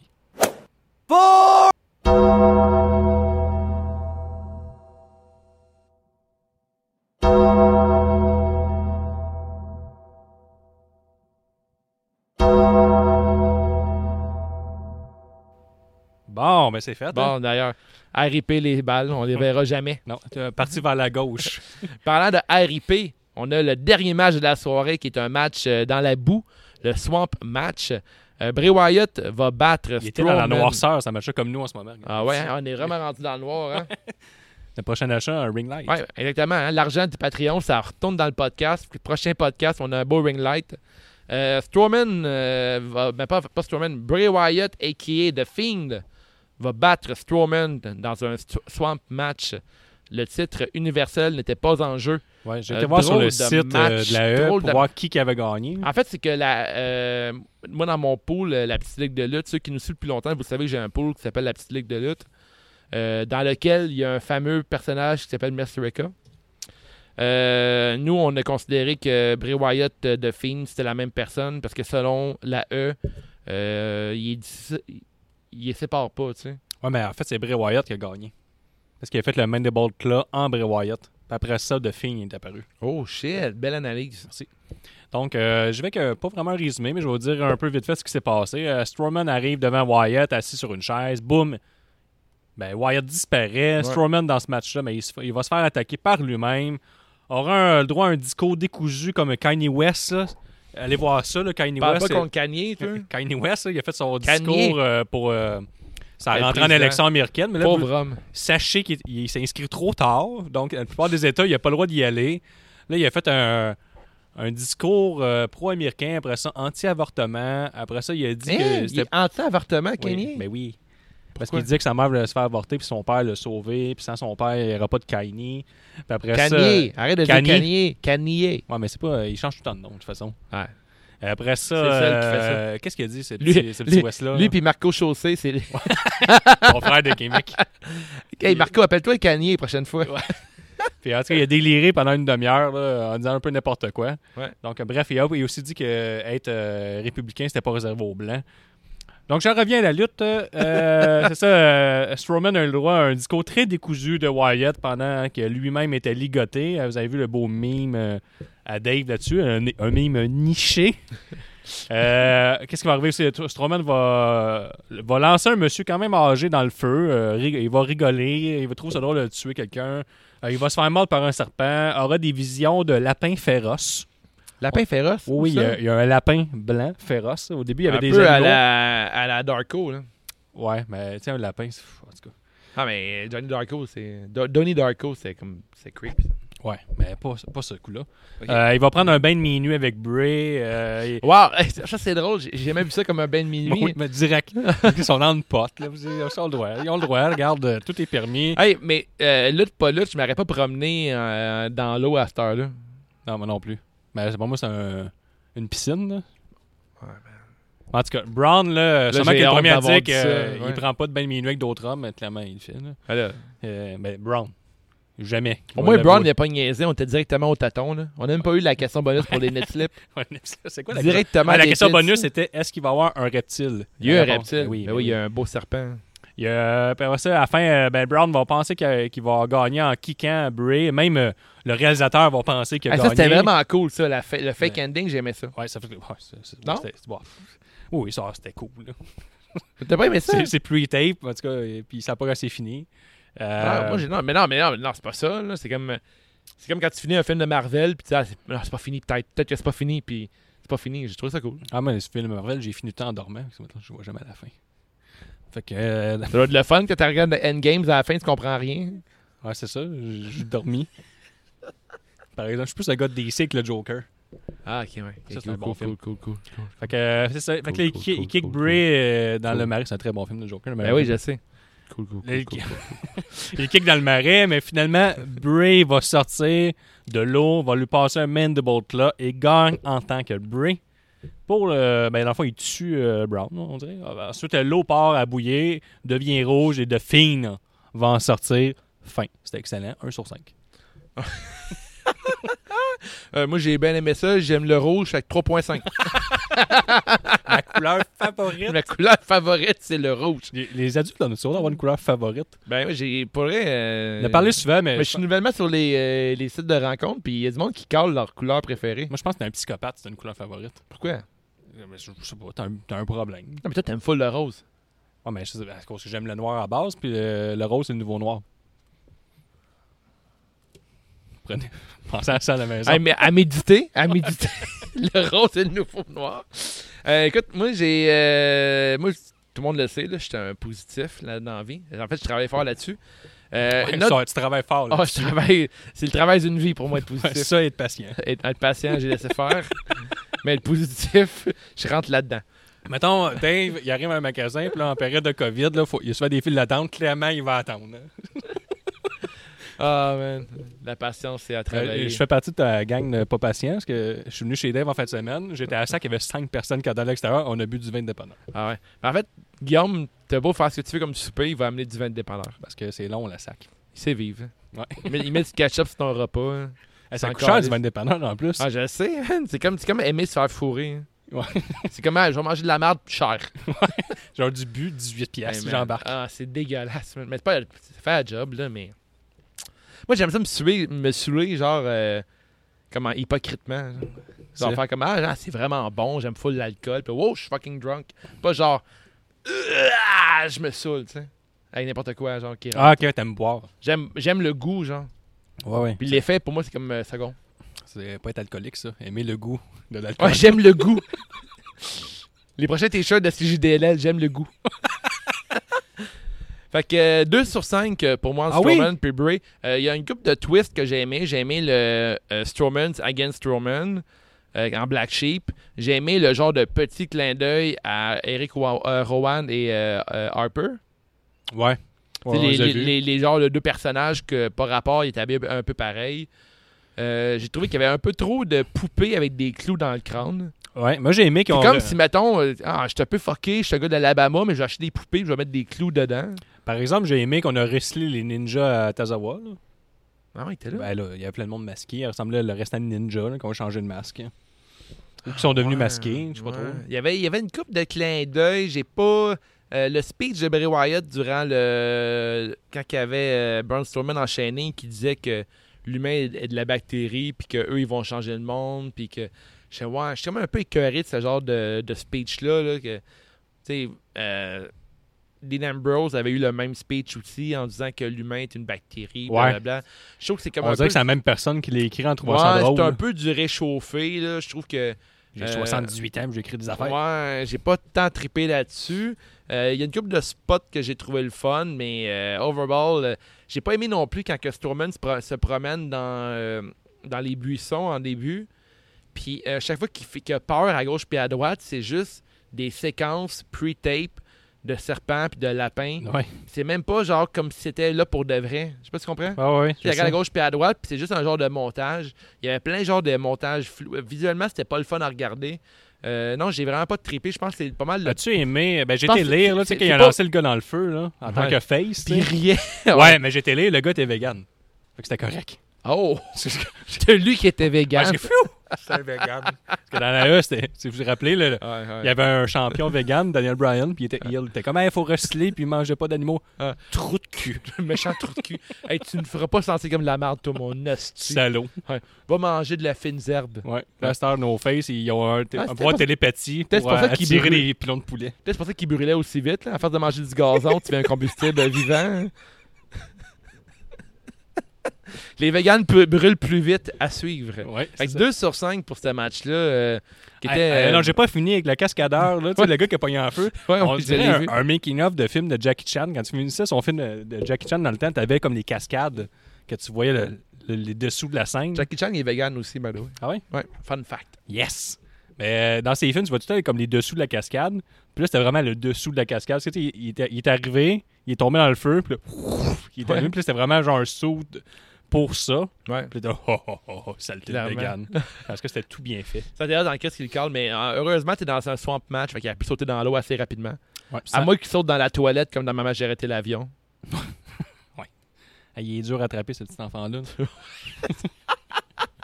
Bon, mais c'est fait. hein?
Bon, d'ailleurs, RIP les balles, on les verra jamais.
Non, tu es parti vers la gauche.
Parlant de RIP, on a le dernier match de la soirée qui est un match euh, dans la boue, le Swamp Match. Euh, Bray Wyatt va battre
Il était dans la
Strowman.
noirceur, ça marchait comme nous en ce moment.
Ah ouais, hein, on est vraiment rendu dans le noir. Hein?
Le prochain achat, un ring light.
Ouais, exactement. hein. L'argent du Patreon, ça retourne dans le podcast. Puis le prochain podcast, on a un beau ring light. Euh, Strowman, euh, va, mais pas, pas Strowman, Bray Wyatt, a.k.a. The Fiend, va battre Strowman dans un st- Swamp Match. Le titre universel n'était pas en jeu.
Ouais, j'ai
Euh,
été voir sur
drôle
le
de
site euh,
match,
de la E
drôle
pour
de- Ah.
voir qui, qui avait gagné.
En fait, c'est que la, euh, moi, dans mon pool, euh, la petite ligue de lutte, ceux qui nous suivent depuis longtemps, vous savez que j'ai un pool qui s'appelle la petite ligue de lutte, euh, dans lequel il y a un fameux personnage qui s'appelle Mercerica. Euh, nous, on a considéré que Bray Wyatt euh, de Fiend, c'était la même personne parce que selon la E, euh, il, est dis- il les sépare pas, tu sais.
Ouais, mais en fait, c'est Bray Wyatt qui a gagné. Parce qu'il a fait le Mandible Claw en Bray Wyatt. Puis après ça, The Fiend est apparu.
Oh shit, belle analyse.
Donc, euh, je vais que, pas vraiment résumer, mais je vais vous dire un peu vite fait ce qui s'est passé. Euh, Strowman arrive devant Wyatt, assis sur une chaise. Boum! Ben, Wyatt disparaît. Strowman, dans ce match-là, mais il, se fa- il va se faire attaquer par lui-même. Aura un- le droit à un discours décousu comme Kanye West. là. Allez voir ça, là, Kanye
Parle
West.
pas
c'est-
contre Kanye, toi.
Kanye West, là, il a fait son
Kanye.
discours euh, pour euh, sa
Le
rentrée en
président.
élection américaine. Mais là,
Pauvre homme.
sachez qu'il il s'est inscrit trop tard. Donc, la plupart des États, il n'a pas le droit d'y aller. Là, il a fait un, un discours euh, pro-américain, après ça, anti-avortement. Après ça, il a dit
Hein?
que
Il
c'était.
est anti-avortement,
Oui,
Kanye.
mais oui. Parce
Pourquoi?
qu'il disait que sa mère voulait se faire avorter, puis son père le sauver, puis sans son père, il n'y aura pas de Kanye. Puis après
Kanye. Arrête de dire
Kanye.
Kanye. Kanye.
ça. Ouais, mais c'est pas. euh, Il change tout le temps de nom, de toute façon.
Ouais.
Après ça,
C'est celle qui fait ça.
euh, qu'est-ce qu'il a dit, ce
Lui,
petit, ce petit
lui-
West-là?
Lui puis Marco Chaussé, c'est.
là? Son frère de Québec.
Hey Marco, appelle-toi Kanye la prochaine fois.
Puis en tout cas, il a déliré pendant une demi-heure là, en disant un peu n'importe quoi.
Ouais.
Donc, euh, bref, il a, il a aussi dit que être euh, républicain, c'était pas réservé aux Blancs. Donc, j'en reviens à la lutte. Euh, c'est ça, euh, Strowman a eu le droit à un discours très décousu de Wyatt pendant que lui-même était ligoté. Euh, Vous avez vu le beau mime euh, à Dave là-dessus, un, un mime niché. Euh, Qu'est-ce qui va arriver aussi? Strowman va, va lancer un monsieur quand même âgé dans le feu. Euh, rig- il va rigoler, il va trouver ça drôle de tuer quelqu'un. Euh, il va se faire mordre par un serpent, aura des visions de lapin féroce.
Lapin féroce.
Oui, il y,
ça?
a, il y a un lapin blanc féroce. Au début, il y avait
un
des
peu à
animaux.
la, à la Darko. Là.
Ouais, mais tu sais, un lapin, c'est fou, en tout cas.
Ah, mais Johnny Darko, c'est. Do- Donnie Darko, c'est comme. C'est creepy. ça.
Ouais, mais pas, pas ce coup-là.
Ok.
Euh, il va prendre un bain de minuit avec Bray. euh, il-
Wow! hey, ça, ça, c'est drôle. J'ai j'ai jamais vu ça comme un bain de minuit.
Oui, mais direct. Ils sont dans une pote. Là. Vous- Ils ont le droit. Ils ont le droit. Regarde, euh, tout est permis.
Hey, mais euh, lutte, pas lutte, je m'aurais pas promené euh, dans l'eau à cette heure-là.
Non, moi non plus. Mais pour moi, c'est un- une piscine. là.
Ouais,
En tout cas, Brown, là, sûrement
j'ai
qu'il est le
honte
premier à
d'avoir
dire
dit
qu'il
ça, ouais.
prend pas de bain de minuit avec d'autres hommes, mais clairement, il le fait. là.
Alors,
Euh, mais Brown. Jamais.
au moins, Brown, il
il
n'a pas niaisé. On était directement au tâton. Là. On n'a même pas eu la question bonus pour les net slips.
C'est quoi la question?
directement.
Ah, la
des
question
pits.
bonus, c'était est-ce qu'il va y avoir un reptile
Il y a eu un
La réponse,
reptile.
ben
Oui,
Oui, ben
oui, il y a un beau serpent.
Il y a- puis après ça, à la fin, euh, ben, Brown va penser que- qu'il va gagner en kickant Bray. Même euh, le réalisateur va penser qu'il a
Ah, ça,
gagné.
c'était vraiment cool, ça. la fa- le fake ending, j'aimais ça.
Ouais, ça fait. ouais, c'est- c'est-
Non?
c'était- bon. Oui, ça, c'était cool. là.
T'as pas aimé ça?
C'est c'est pre-tape, en tout cas, et puis ça n'a pas assez fini. Euh,
Ah, moi, j'ai- non, mais non, mais non, mais non, c'est pas ça. là. C'est comme, c'est comme quand tu finis un film de Marvel, puis tu dis, ah, c'est, non, c'est pas fini, peut-être, peut-être que c'est pas fini, puis c'est pas fini. J'ai trouvé ça cool.
ah, mais ce film Marvel, j'ai fini le temps en dormant. parce que maintenant, je vois jamais la fin. Fait que. euh,
Ça doit être le fun que tu regardes le Endgames à la fin, tu comprends rien.
ouais, c'est ça, j'ai j'ai dormi. Par exemple, je suis plus un gars de DC que le Joker.
Ah, ok, ouais.
Ça, c'est
cool,
un bon
cool,
film.
cool, cool, cool, cool.
Fait que, euh, c'est ça. Fait que
Cool,
là, il
cool,
ki- il
cool,
kick
cool,
Bray euh, dans
cool.
le marais. C'est un très bon film, le Joker.
Ben oui, je sais. Cool, cool,
Là, il- il kick dans le marais, mais finalement, Bray va sortir de l'eau, va lui passer un mandible là et gagne en tant que Bray. Pour le, ben, dans le fond, il tue euh, Brown, on dirait. Ah, ben, Ensuite, l'eau part à bouillir, devient rouge et de fine va en sortir. Fin. C'était excellent. 1 sur 5.
Euh, moi, j'ai bien aimé ça. J'aime le rouge avec 3.5.
Ma couleur favorite.
Ma couleur favorite, c'est le rouge.
Les, les adultes dans notre soirée avoir une couleur favorite.
Ben, moi, j'ai. Pour vrai. euh,
On a parlé souvent, mais,
Mais je suis nouvellement sur les, euh, les sites de rencontres, puis il y a du monde qui cale leur couleur préférée.
moi, je pense que t'es un psychopathe, c'est une couleur favorite.
Pourquoi? Non,
Euh, Mais je, je sais pas, t'as un- t'as un problème.
mais toi, t'aimes full le rose.
Ouais, mais je sais, parce que j'aime le noir à base, puis euh, le rose, c'est le nouveau noir. Prenez. Pensez à ça à la maison.
Hey, mais à méditer, à méditer. le rose et le nouveau noir. Euh, écoute, moi, j'ai. euh, moi, tout le monde le sait, là, je suis un positif là, dans la vie. En fait, je travaille fort là-dessus. Euh,
Ouais,
notre-
ça, tu travailles fort. là.
Ah, je travaille. C'est le travail d'une vie pour moi, être
Ouais,
positif.
Ah, ça, être patient.
être, être patient, j'ai laissé faire. mais le positif, je rentre là-dedans.
Mettons, Dave, il arrive à un magasin, puis là, en période de COVID, là, faut, il y a souvent des files d'attente. Clairement, il va attendre. hein.
Ah, man. La patience, c'est à travailler.
Euh, je fais partie de ta gang de pas patient, parce que je suis venu chez Dave en fin de semaine. J'étais à sac, il y avait cinq personnes qui attendaient à l'extérieur. On a bu du vin indépendant.
Ah ouais. Mais en fait, Guillaume, t'as beau faire ce que tu veux comme du souper, il va amener du vin de dépanneur.
Parce que c'est long, la sac.
Il sait vivre. hein.
Ouais.
Il met, il met du ketchup sur ton repas. hein.
Eh, ça
C'est
coûte
encore
cher, du
lisse.
vin indépendant, en plus.
Ah, je le sais, man. C'est comme, c'est comme aimer se faire fourrer. hein.
Ouais.
C'est comme, ah, je vais manger de la merde cher.
Genre du but, 18 piastres,
Hey,
si
man.
j'embarque.
Ah, c'est dégueulasse, man. Mais c'est pas. C'est faire la job, là, mais. Moi, j'aime ça me saouler, me saouler, genre. euh, comment, hypocritement. genre. Genre,
C'est-
faire comme, ah, genre, c'est vraiment bon, j'aime full l'alcool. Puis, wow, je suis fucking drunk. Pas genre, Ah, je me saoule, tu sais. Avec n'importe quoi, genre, qui rentre.
Ah, ok, t'aimes boire.
J'aime, j'aime le goût, genre.
Ouais, ouais.
Puis l'effet, pour moi, c'est comme euh, second.
C'est pas être alcoolique, ça. Aimer le goût de l'alcool.
Ouais, j'aime le goût. Les prochains t-shirts de CJDLL, j'aime le goût. fait que 2 sur 5 pour moi,
Ah
Strowman puis Bray. Euh, Il y a une coupe de twists que j'ai aimé. J'ai aimé le euh, Strowman's Against Strowman euh, en Black Sheep. J'ai aimé le genre de petit clin d'œil à Eric Wa- euh, Rowan et euh, euh, Harper.
Ouais.
Tu sais,
Ouais,
les,
j'ai
les,
vu.
les- les genres de deux personnages que, par rapport, ils étaient habillés un peu pareil. Euh, j'ai trouvé qu'il y avait un peu trop de poupées avec des clous dans le crâne.
Ouais, moi j'ai aimé
C'est
qu'ils ont.
comme si, mettons, euh, ah, je suis un peu fucké, je suis un gars de l'Alabama, mais je vais acheter des poupées, je vais mettre des clous dedans.
Par exemple, j'ai aimé qu'on a wrestlé les ninjas à Tazawa. là.
Ah, il était là.
Ben là, il y avait plein de monde masqué. Il ressemblait le restant des ninjas là, qui ont changé de masque. Ou qui sont devenus
Ouais,
masqués, je sais pas
Euh, ouais.
trop.
Il y avait, il y avait une coupe de clins d'œil. J'ai pas. euh, le speech de Bray Wyatt durant le. Quand il y avait euh, Braun Strowman enchaîné, qui disait que l'humain est de la bactérie, puis qu'eux, ils vont changer le monde, puis que. Je sais, ouais, je suis quand même un peu écœuré de ce genre de, de speech-là. Là, que, tu sais, euh, Dean Ambrose avait eu le même speech aussi en disant que l'humain est une bactérie,
Ouais.
blablabla. Je trouve que c'est comme
On
un
dirait
peu.
que c'est la même personne qui l'a écrit en trouvant ça
Ouais,
drôle.
c'est un peu du réchauffé. Là. Je trouve que.
J'ai
euh,
78 ans, j'ai écrit des affaires.
Ouais, j'ai pas tant trippé là-dessus. Euh, Il y a une couple de spots que j'ai trouvé le fun, mais euh, overall, euh, j'ai pas aimé non plus quand que Strowman se, pro- se promène dans, euh, dans les buissons en début. Puis euh, chaque fois qu'il fait qu'il a peur à gauche puis à droite, c'est juste des séquences pre-tape de serpents puis de lapins.
Ouais.
C'est même pas genre comme si c'était là pour de vrai. Je sais pas si tu comprends.
Ah ouais,
Puis
c'est
il regarde
ça.
à gauche puis à droite, puis c'est juste un genre de montage. Il y avait plein de genres de montages flous. Euh, Visuellement, c'était pas le fun à regarder. Euh, non, j'ai vraiment pas trippé. Je pense que c'est pas mal le.
As-tu aimé? Ben,
pense
j'étais
que
lire, là, tu
c'est-
sais, qu'il
c'est
a
pas-
lancé le gars dans le feu, là, en tant
Ouais.
que face. tu
Puis
sais.
rien.
Ouais, mais j'étais lire, le gars était vegan. Fait que c'était correct.
Oh! C'était lui qui était
Ouais,
vegan.
j'ai-
C'est vegan.
Parce que dans la E, c'était- si vous vous rappelez, là, le-
Ouais, ouais.
il y avait un champion vegan, Daniel Bryan, puis il était, il était comme, il faut wrestler, puis il mangeait pas d'animaux.
Ah.
Trou de cul.
Un méchant trou de cul. Hey, tu ne feras pas sentir comme de la merde, toi, mon hostie.
Salaud.
Va manger de la fine herbe.
Ouais. La star No Face, ils ont un, t-
Ah,
un
c'était
pouvoir
pas-
télépathie
Peut-être
pour
c'est pour
euh,
ça qu'ils
attirer
brûlent.
les pilons de poulet.
Peut-être c'est pour ça qu'il brûlait aussi vite, là. À force de manger du gazon, tu fais un combustible vivant. hein. Les véganes pu- brûlent plus vite à suivre.
Ouais.
Fait
c'est
que
ça.
2 sur 5 pour ce match-là. euh, qui
Ah,
était,
ah,
euh,
non, j'ai pas fini avec le cascadeur, là, tu sais, le gars qui a pogné en feu.
ouais,
On
je
dirait
l'ai
un,
vu.
un making-of de film de Jackie Chan. Quand tu finissais son film de, de Jackie Chan dans le temps, t'avais comme les cascades que tu voyais le- le- les dessous de la scène.
Jackie Chan est vegan aussi, by the way.
Ah ouais?
Ouais, fun fact.
Yes! Mais euh, dans ces films, tu vois tout le temps comme les dessous de la cascade. Puis là, c'était vraiment le dessous de la cascade. Parce que, tu sais, il, il était- il est arrivé, il est tombé dans le feu, puis là, ouf, il est
Ouais.
arrivé, puis là, c'était vraiment genre un saut de- pour ça.
Ouais.
Puis là, oh, oh, oh, oh, saleté de
Clairement.
vegan. Parce que c'était tout bien fait.
Ça d'ailleurs dans qu'est-ce qu'il calme, mais euh, heureusement, t'es dans un swamp match, fait qu'il a pu sauter dans l'eau assez rapidement.
Ouais,
À moins qu'il saute dans la toilette comme dans Maman, j'ai arrêté l'avion.
Ah, Il est dur à attraper, ce petit enfant-là.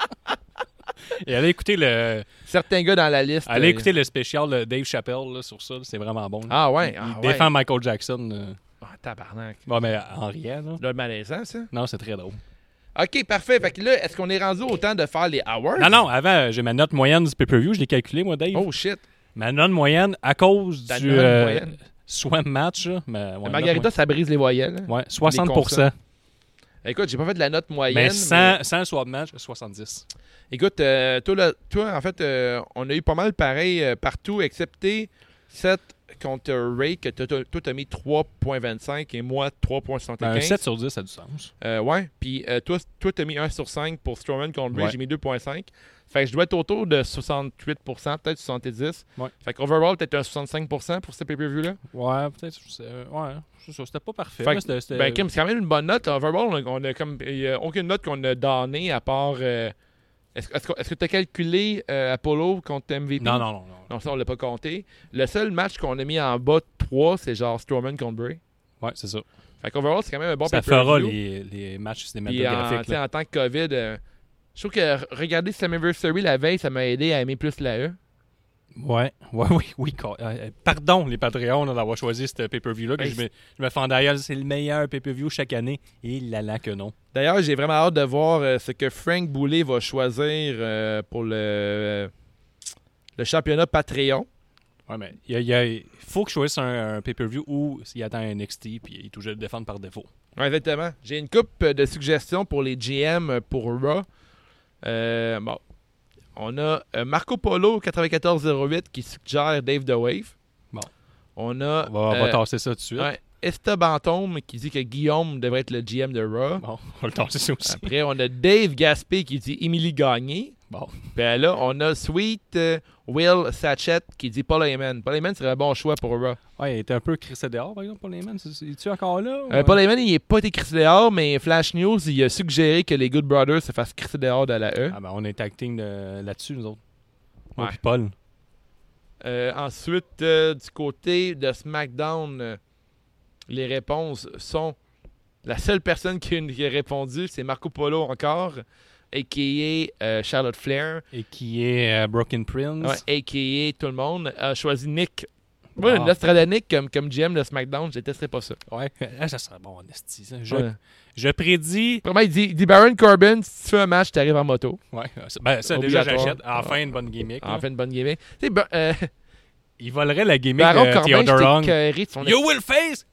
Et allez écouter le,
Certains gars dans la liste.
allez
euh,
écouter le spécial de Dave Chappelle là, sur ça. là, C'est vraiment bon. là.
Ah ouais,
il
ah ouais.
défend Michael Jackson. euh.
Ah, tabarnak.
Bon, mais en rien. Là.
C'est de malaisant, ça.
Non, c'est très drôle.
Ok, parfait. Fait que là, est-ce qu'on est rendu au temps de faire les hours?
Non, non, avant, euh, j'ai ma note moyenne du pay-per-view, je l'ai calculé, moi, Dave.
Oh shit.
Ma note moyenne, à cause
Ta
du
note
euh,
moyenne.
swim match, là, ma, ouais,
La
note
Margarita, ça brise les voyelles. hein.
moyenne. Ouais, 60
Écoute, j'ai pas fait de la note moyenne.
Mais
mais-
sans, sans Ben, swap match, 70
Écoute, euh, toi, là- toi, en fait, euh, on a eu pas mal pareil euh, partout, excepté cette contre Ray, que t'as- t'as- toi, t'as mis 3.25 et moi, 3.75.
Ben, un 7 sur 10, ça a du sens.
Euh, ouais, puis euh, toi, toi, t'as mis 1 sur 5 pour Strowman contre Ray,
Ouais.
j'ai mis 2.5. Fait que je dois être autour de 68%, peut-être 70%.
Ouais.
Fait qu'overall, peut-être un 65% pour ce pay-per-view-là.
Ouais, peut-être. euh, ouais, c'est ça, c'était pas parfait.
Fait
là,
que-
c'était- c'était-
Ben, Kim, c'est quand même une bonne note. Overall, on a, on a comme. Il n'y a aucune note qu'on a donnée à part. euh, est-ce est-ce que- est-ce que tu as calculé euh, Apollo contre MVP?
non, non, non. non.
Non, ça, on l'a pas compté. Le seul match qu'on a mis en bas de 3, c'est genre Strowman contre Bray.
Ouais, c'est ça.
Fait qu'overall, c'est quand même un bon
ça
pay-per-view.
fera les, les matchs
Puis en,
cinématographiques.
tu sais,
là.
en tant que COVID, euh, je trouve que re- regarder Slammiversary la veille, ça m'a aidé à aimer plus la E.
Ouais, ouais, oui, oui. car- euh, euh, pardon, les Patreons, là, d'avoir choisi ce pay-per-view-là. que
Ben,
je me, je me fends d'ailleurs, c'est le meilleur pay-per-view chaque année. Et là, là que non.
D'ailleurs, j'ai vraiment hâte de voir euh, ce que Frank Boulet va choisir euh, pour le, euh, le championnat Patreon.
Ouais, mais il y a- il y a- il faut que je choisisse un, un pay-per-view ou s'il attend un NXT, puis il est obligé de le défendre par défaut.
Ouais, exactement. J'ai une coupe euh, de suggestions pour les GM euh, pour Raw. Euh, bon. On a euh, Marco Polo 9408 qui suggère Dave the Wave.
Bon.
On a
On va, on va
euh,
tasser ça tout de suite.
ouais, Esteban Thome qui dit que Guillaume devrait être le GM de Raw.
Bon, on va le tasser ça aussi.
Après, on a Dave Gaspé qui dit Émilie Gagné.
Bon.
Ben là, on a Sweet euh, Will Satchett qui dit Paul Heyman. Paul Heyman serait un bon choix pour Raw.
Ouais, il était un peu crissé dehors, par exemple, Paul Heyman. C'est- c'est- Es-tu encore là? ou,
Euh, Paul Heyman, il n'est pas été crissé dehors, mais Flash News, il a suggéré que les Good Brothers se fassent crisser dehors de la E.
Ah ben, on est tag team de- là-dessus, nous autres. Moi
Ouais.
puis Paul.
Euh, ensuite, euh, du côté de SmackDown, euh, les réponses sont. La seule personne qui, qui a répondu, c'est Marco Polo encore, a.k.a. euh, Charlotte Flair,
Et qui est euh, Broken Prince.
ouais, a.k.a. tout le monde, a choisi Nick. Moi,
Ah.
Nostradamus comme, comme GM de SmackDown, je détesterais pas ça.
Ouais. Là, ça serait bon, en esti, ça. Je,
Ouais.
je prédis.
Premièrement, il dit, il dit Baron Corbin, si tu fais un match, tu arrives en moto.
Ouais. c'est- Ben, ça, déjà,
Obligatoire.
j'achète. Enfin, une bonne gimmick. là.
En fait, une bonne gimmick. Tu sais, Ba- euh,
Il volerait la gimmick
Baron
de
Corbin,
Theodore
j'étais
Long.
écoeuré de son
You will face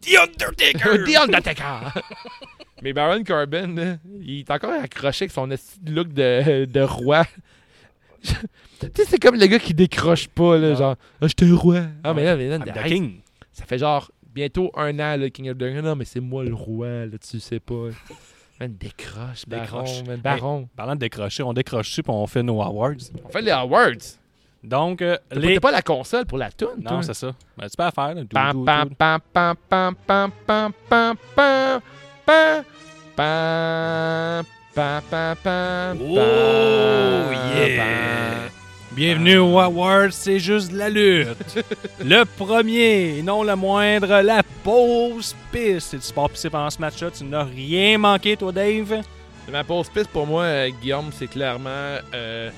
The Undertaker!
The Undertaker! Mais Baron Corbin, là, il est encore accroché avec son esti de look de, de roi. tu sais, c'est comme le gars qui décroche pas, là, genre, ah, j'étais un roi. Ah, mais là, mais là,
I'm the
arrête.
king.
ça fait genre bientôt un an, le King of the Ring. Non, mais c'est moi le roi, là, tu sais pas. Man, décroche, Baron.
Décroche.
man, Baron.
Parlant de décrocher, on décroche dessus puis on fait nos awards.
On fait les awards.
Donc, euh,
T'as
les.
pas la console pour la toune,
Non,
toi?
c'est ça. Ben, tu peux la faire. là. Dou-
Pam,
dou-
pam,
dou-
pam, pam, pam, pam, pam, pam, pam, pam, pam, pam, pam, pam,
Oh,
pam,
yeah.
Ah.
Bienvenue aux awards, c'est juste de la lutte. le premier, et non le moindre, la pause piste. C'est du sport pissé pendant ce match-là. Tu n'as rien manqué, toi, Dave.
pam. Ma pause piste pour moi, euh, Guillaume, c'est clairement euh,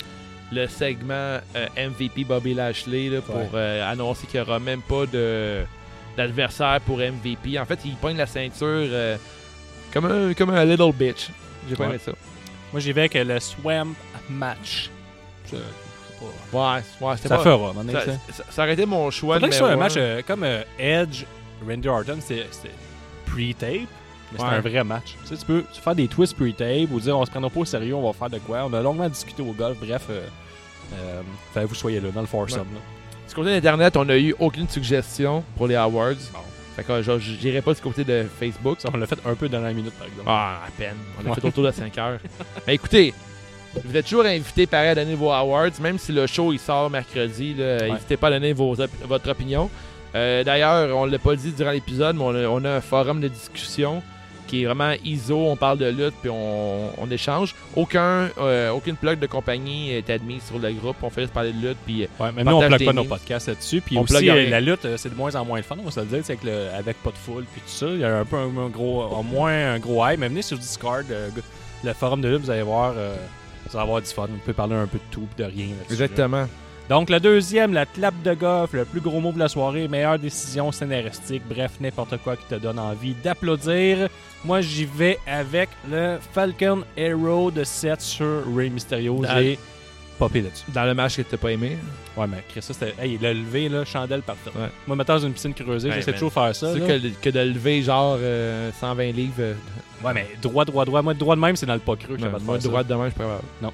le segment euh, MVP Bobby Lashley là, pour
Ouais.
euh, annoncer qu'il n'y aura même pas de d'adversaire pour MVP. En fait, il pogne la ceinture euh, comme, un, comme un little bitch. J'ai pas
Ouais.
aimé ça.
Moi, j'y vais avec le Swamp Match. Ça,
Ouais, ouais, c'était
ça
pas-
fera, mon
ça,
ça.
ça- ça aurait été mon choix.
Faudrait que ce soit un
numéro
match
un.
euh, comme euh, Edge, Randy Orton, c'était c'était pre-tape, mais c'était
Ouais.
un vrai match. Tu sais, tu peux tu peux faire des twists pre-tape ou dire on se prendra pas au sérieux, on va faire de quoi. On a longuement discuté au golf, bref. Euh, euh, fallait que vous soyez là dans le foursome. là.
Du côté d'Internet, on n'a eu aucune suggestion pour les awards. Fait que je- je- j'irai pas du côté de Facebook.
Ça, on l'a fait un peu dans la minute, par exemple.
Ah, à peine. On a
Ouais.
fait autour de 5 heures. Mais écoutez, vous êtes toujours invités pareil à donner vos awards, même si le show il sort mercredi. là,
Ouais.
N'hésitez pas à donner vos op- votre opinion. Euh, D'ailleurs, on l'a pas dit durant l'épisode, mais on a, on a un forum de discussion qui est vraiment ISO. On parle de lutte puis on, on échange. Aucun, euh, aucune plug de compagnie est admise sur le groupe. On fait juste parler de lutte puis euh,
Ouais, même nous, on
Partage
ne
tes
pas nos
news.
podcasts là-dessus. Puis
On
aussi,
plug
euh,
rien.
la lutte, euh, c'est de moins en moins le fun, on va se le dire, tu sais, avec, le- avec pas de foule, puis tout ça. Il y a un peu un, un gros, au moins un gros hype. Mais venez sur Discord, euh, g- le forum de lutte, vous allez voir, euh, vous allez avoir du fun. On peut parler un peu de tout, puis de rien. là-dessus, là.
Exactement.
Donc, le deuxième, la clap de golf, le plus gros mot de la soirée, meilleure décision scénaristique, bref, n'importe quoi qui te donne envie d'applaudir. Moi, j'y vais avec le Falcon Arrow de 7 sur Ray Mysterio.
Dans-
J'ai popé là-dessus.
Dans le match que t'as pas aimé.
Ouais, mais Chris, ça, c'était. Hey, il l'a levé, là, chandelle parfaite.
Ouais.
Moi, maintenant, dans une piscine creusée,
Ouais,
j'essaie
man.
toujours de faire ça.
C'est
là.
sûr que, que de lever genre euh, 120 livres. euh,
Ouais, mais droit, droit, droit. Moi, droit de même, c'est dans le pas creux. que
non,
j'étais pas de
moi,
faire ça.
droite demain, je préfère.
Non,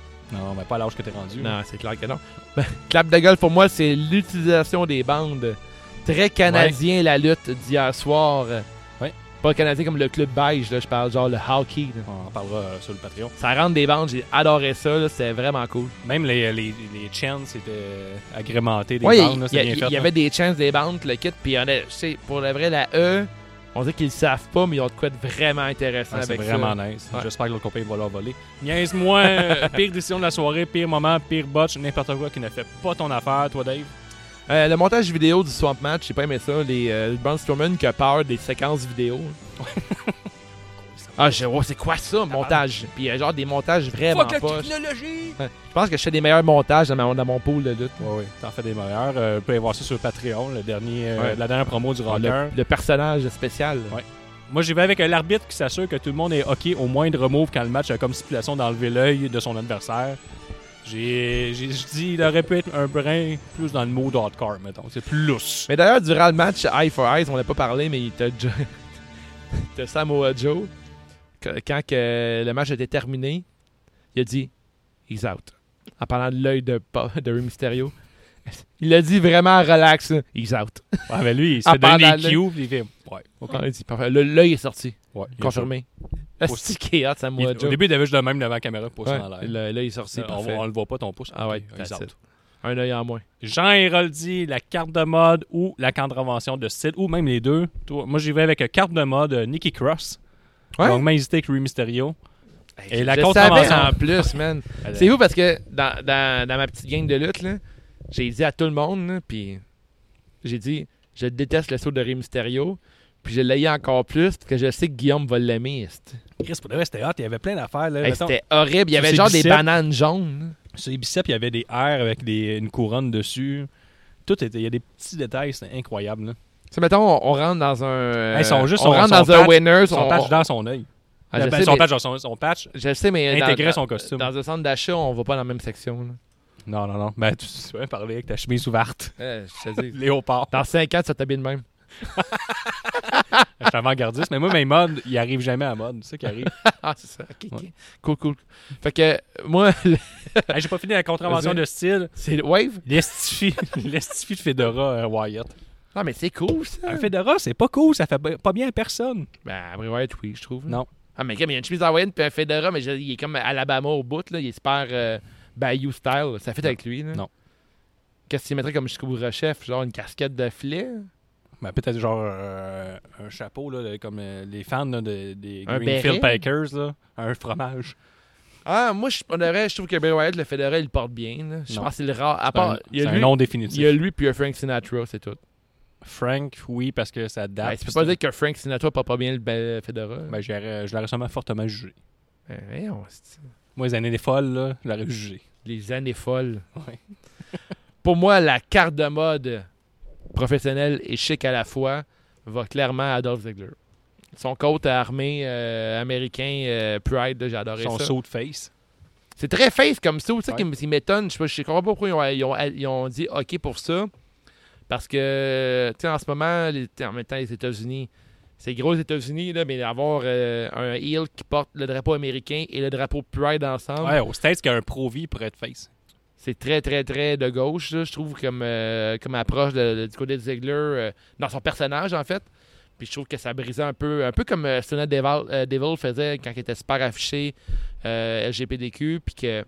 mais pas à l'âge que t'es rendu.
Non, c'est clair que non. Ben, clap de gueule pour moi, c'est l'utilisation des bandes. Très canadien la lutte d'hier soir.
Ouais.
Pas canadien comme le club beige, là, je parle genre le hockey. là.
On en parlera euh, sur le Patreon.
Ça rentre des bandes, j'ai adoré ça, là, c'était vraiment cool.
Même les, euh, les, les chains, c'était agrémenté. Des
Ouais,
bandes, là,
il
c'était
y, a-
bien
il
fait.
y
là.
avait des chances des bandes, le kit, puis il y en a, je sais, pour le vrai, la E, on dirait qu'ils le savent pas, mais ils ont de quoi de vraiment intéressant
Ouais, c'est
avec
vraiment
ça.
nice.
Ouais.
J'espère que l'autre compagnie va leur voler. Niaise-moi, euh, pire décision de la soirée, pire moment, pire botch, n'importe quoi qui ne fait pas ton affaire, toi, Dave.
Euh, le montage vidéo du Swamp Match, j'ai pas aimé ça. Les euh, Braun Strowman qui a peur des séquences vidéo. ah, j'ai, oh, c'est quoi ça, montage? Puis euh, genre des montages vraiment pas.
technologie!
Je pense que je fais des meilleurs montages dans, ma- dans mon pool de lutte.
Oui, oui, t'en fais des meilleurs. Euh, vous pouvez voir ça sur Patreon, le dernier, euh,
Ouais.
la dernière promo du Rocker.
Le, le personnage spécial.
Ouais. Moi, j'y vais avec euh, l'arbitre qui s'assure que tout le monde est OK au moindre move quand le match a comme stipulation d'enlever l'œil de son adversaire. J'ai j'ai- je dis, il aurait pu être un brin plus dans le mode hardcore, mettons. C'est plus lousse.
Mais d'ailleurs, durant le match Eye for Eyes, on n'a pas parlé, mais t'as, Jo- t'as Samoa Joe. que- Quand que le match était terminé, il a dit He's out. En parlant de l'œil de, Pa- de Rey Mysterio. Il l'a dit vraiment relax. là. He's out.
Ouais, Ah, mais lui, il
En
s'est donné
pendant
des cues, puis il fait. Ouais, ok.
Il a dit, parfait. Le- L'œil est sorti.
Ouais, il est
Confirmé. Hostie qui est hot,
Il-
Samoa
au
Joe.
début, il avait juste le même devant la caméra, pouce
Ouais,
en l'air.
le- L'œil est sorti.
On,
parfait.
on le voit pas, ton pouce.
Ah ouais,
Ok,
that's
he's out.
it. Un œil en moins.
Jean Héroldi, la carte de mode ou la contravention de style, ou même les deux. Toi, moi, j'y vais avec euh, carte de mode euh, Nikki Cross.
Ouais.
Donc, même hésité avec Rui Mysterio. Et la
Ben, je
contravention.
savais en plus, man.
Elle-
C'est vous parce que dans, dans- dans ma petite gang de lutte, là, j'ai dit à tout le monde, là, puis j'ai dit, je déteste le saut de Rey Mysterio, puis je l'ai encore plus parce que je sais que Guillaume va l'aimer. esti.
Chris, pour le reste, c'était hot. Il y avait plein d'affaires. là.
Hey,
Euh, Mettons,
C'était horrible. Il y
sur
avait
ses
genre des
biceps.
bananes jaunes.
Sur les biceps, il y avait des R avec des, une couronne dessus. Tout était, il y a des petits détails, c'est incroyable. là.
Tu sais, mettons, on, on rentre dans un.
Hey, ils sont juste-
on
son-
rentre
son
dans un
patch-
winners.
Son
on-
patch
on-
dans son œil.
Ah, je,
Ben,
sais,
son,
mais,
patch, dans son, son patch,
je sais, mais dans-
intégrait
dans,
son costume.
dans un centre d'achat, on va pas dans la même section. là.
Non, non, non. Ben, tu sais, parler avec ta chemise ouverte.
Eh, je te dis.
Léopard.
Dans 5 ans, tu vas t'habiller de même.
Je suis avant-gardiste, mais moi, mes modes, ils arrivent jamais à mode. C'est ça qui arrive.
Ah, c'est ça. Ok, ok.
Ouais.
Cool, cool. Fait que, euh, moi, le-
Hey, J'ai pas fini la contravention
Vas-y.
de style.
c'est le Wave.
L'estifie l'estifie de Fedora euh, Wyatt.
Non, Ah, mais c'est cool, ça.
Un Ah, Fedora, c'est pas cool, ça fait b- pas bien à personne.
Ben, Bray Wyatt, oui, je trouve.
Non.
Ah, mais comme il y a une chemise hawaïenne puis un Fedora, mais je- il est comme Alabama au bout, là. Il est super euh, Bayou style. Ça fait avec lui, là.
Non.
Qu'est-ce qu'il mettrait comme jusqu'au chef Genre une casquette de filet
Ben, peut-être genre euh, un chapeau, là, de- comme euh, les fans là, de- des
Un
Greenfield
béret.
Packers, là. un fromage.
Ah, moi, je, on aurait- je trouve que Bray Wyatt, le Fedora, il le porte bien, là. Je
Non.
pense que c'est le rare. À
C'est
part,
un,
il y
c'est
a
un
lui,
nom
il y a
définitif.
lui puis il y a Frank Sinatra, c'est tout.
Frank, oui, parce que ça date.
Ben, tu peux pas dire que Frank Sinatra porte pas bien le be- Fedora.
Ben, j'aurais- je l'aurais sûrement fortement jugé.
Ben, voyons, c'est-
Moi, les années des folles, là, je l'aurais jugé.
Les années folles.
Ouais.
Pour moi, la carte de mode professionnelle et chic à la fois va clairement à Adolf Ziegler. Son coat à armée euh, américain euh, Pride, là, j'ai adoré
Son
ça.
saut de face.
C'est très face comme ça. Tu sais,
Ouais.
qui m- qui m'étonne. Je sais pas, je comprends pas pourquoi ils ont, ils ont- ils ont dit OK pour ça. Parce que, tu sais, en ce moment, les- tu sais, en même temps, les États-Unis, c'est gros les États-Unis, là, mais avoir euh, un heel qui porte le drapeau américain et le drapeau Pride ensemble.
Ouais, au States, qu'un pro-vie pourrait être face.
C'est très, très, très de gauche, là, je trouve, comme, euh, comme approche de- de- du côté de Ziegler euh, dans son personnage, en fait. Puis je trouve que ça brisait un peu, un peu comme euh, Sonya Devil, euh, Devil faisait quand il était super affiché euh, LGBTQ, puis que.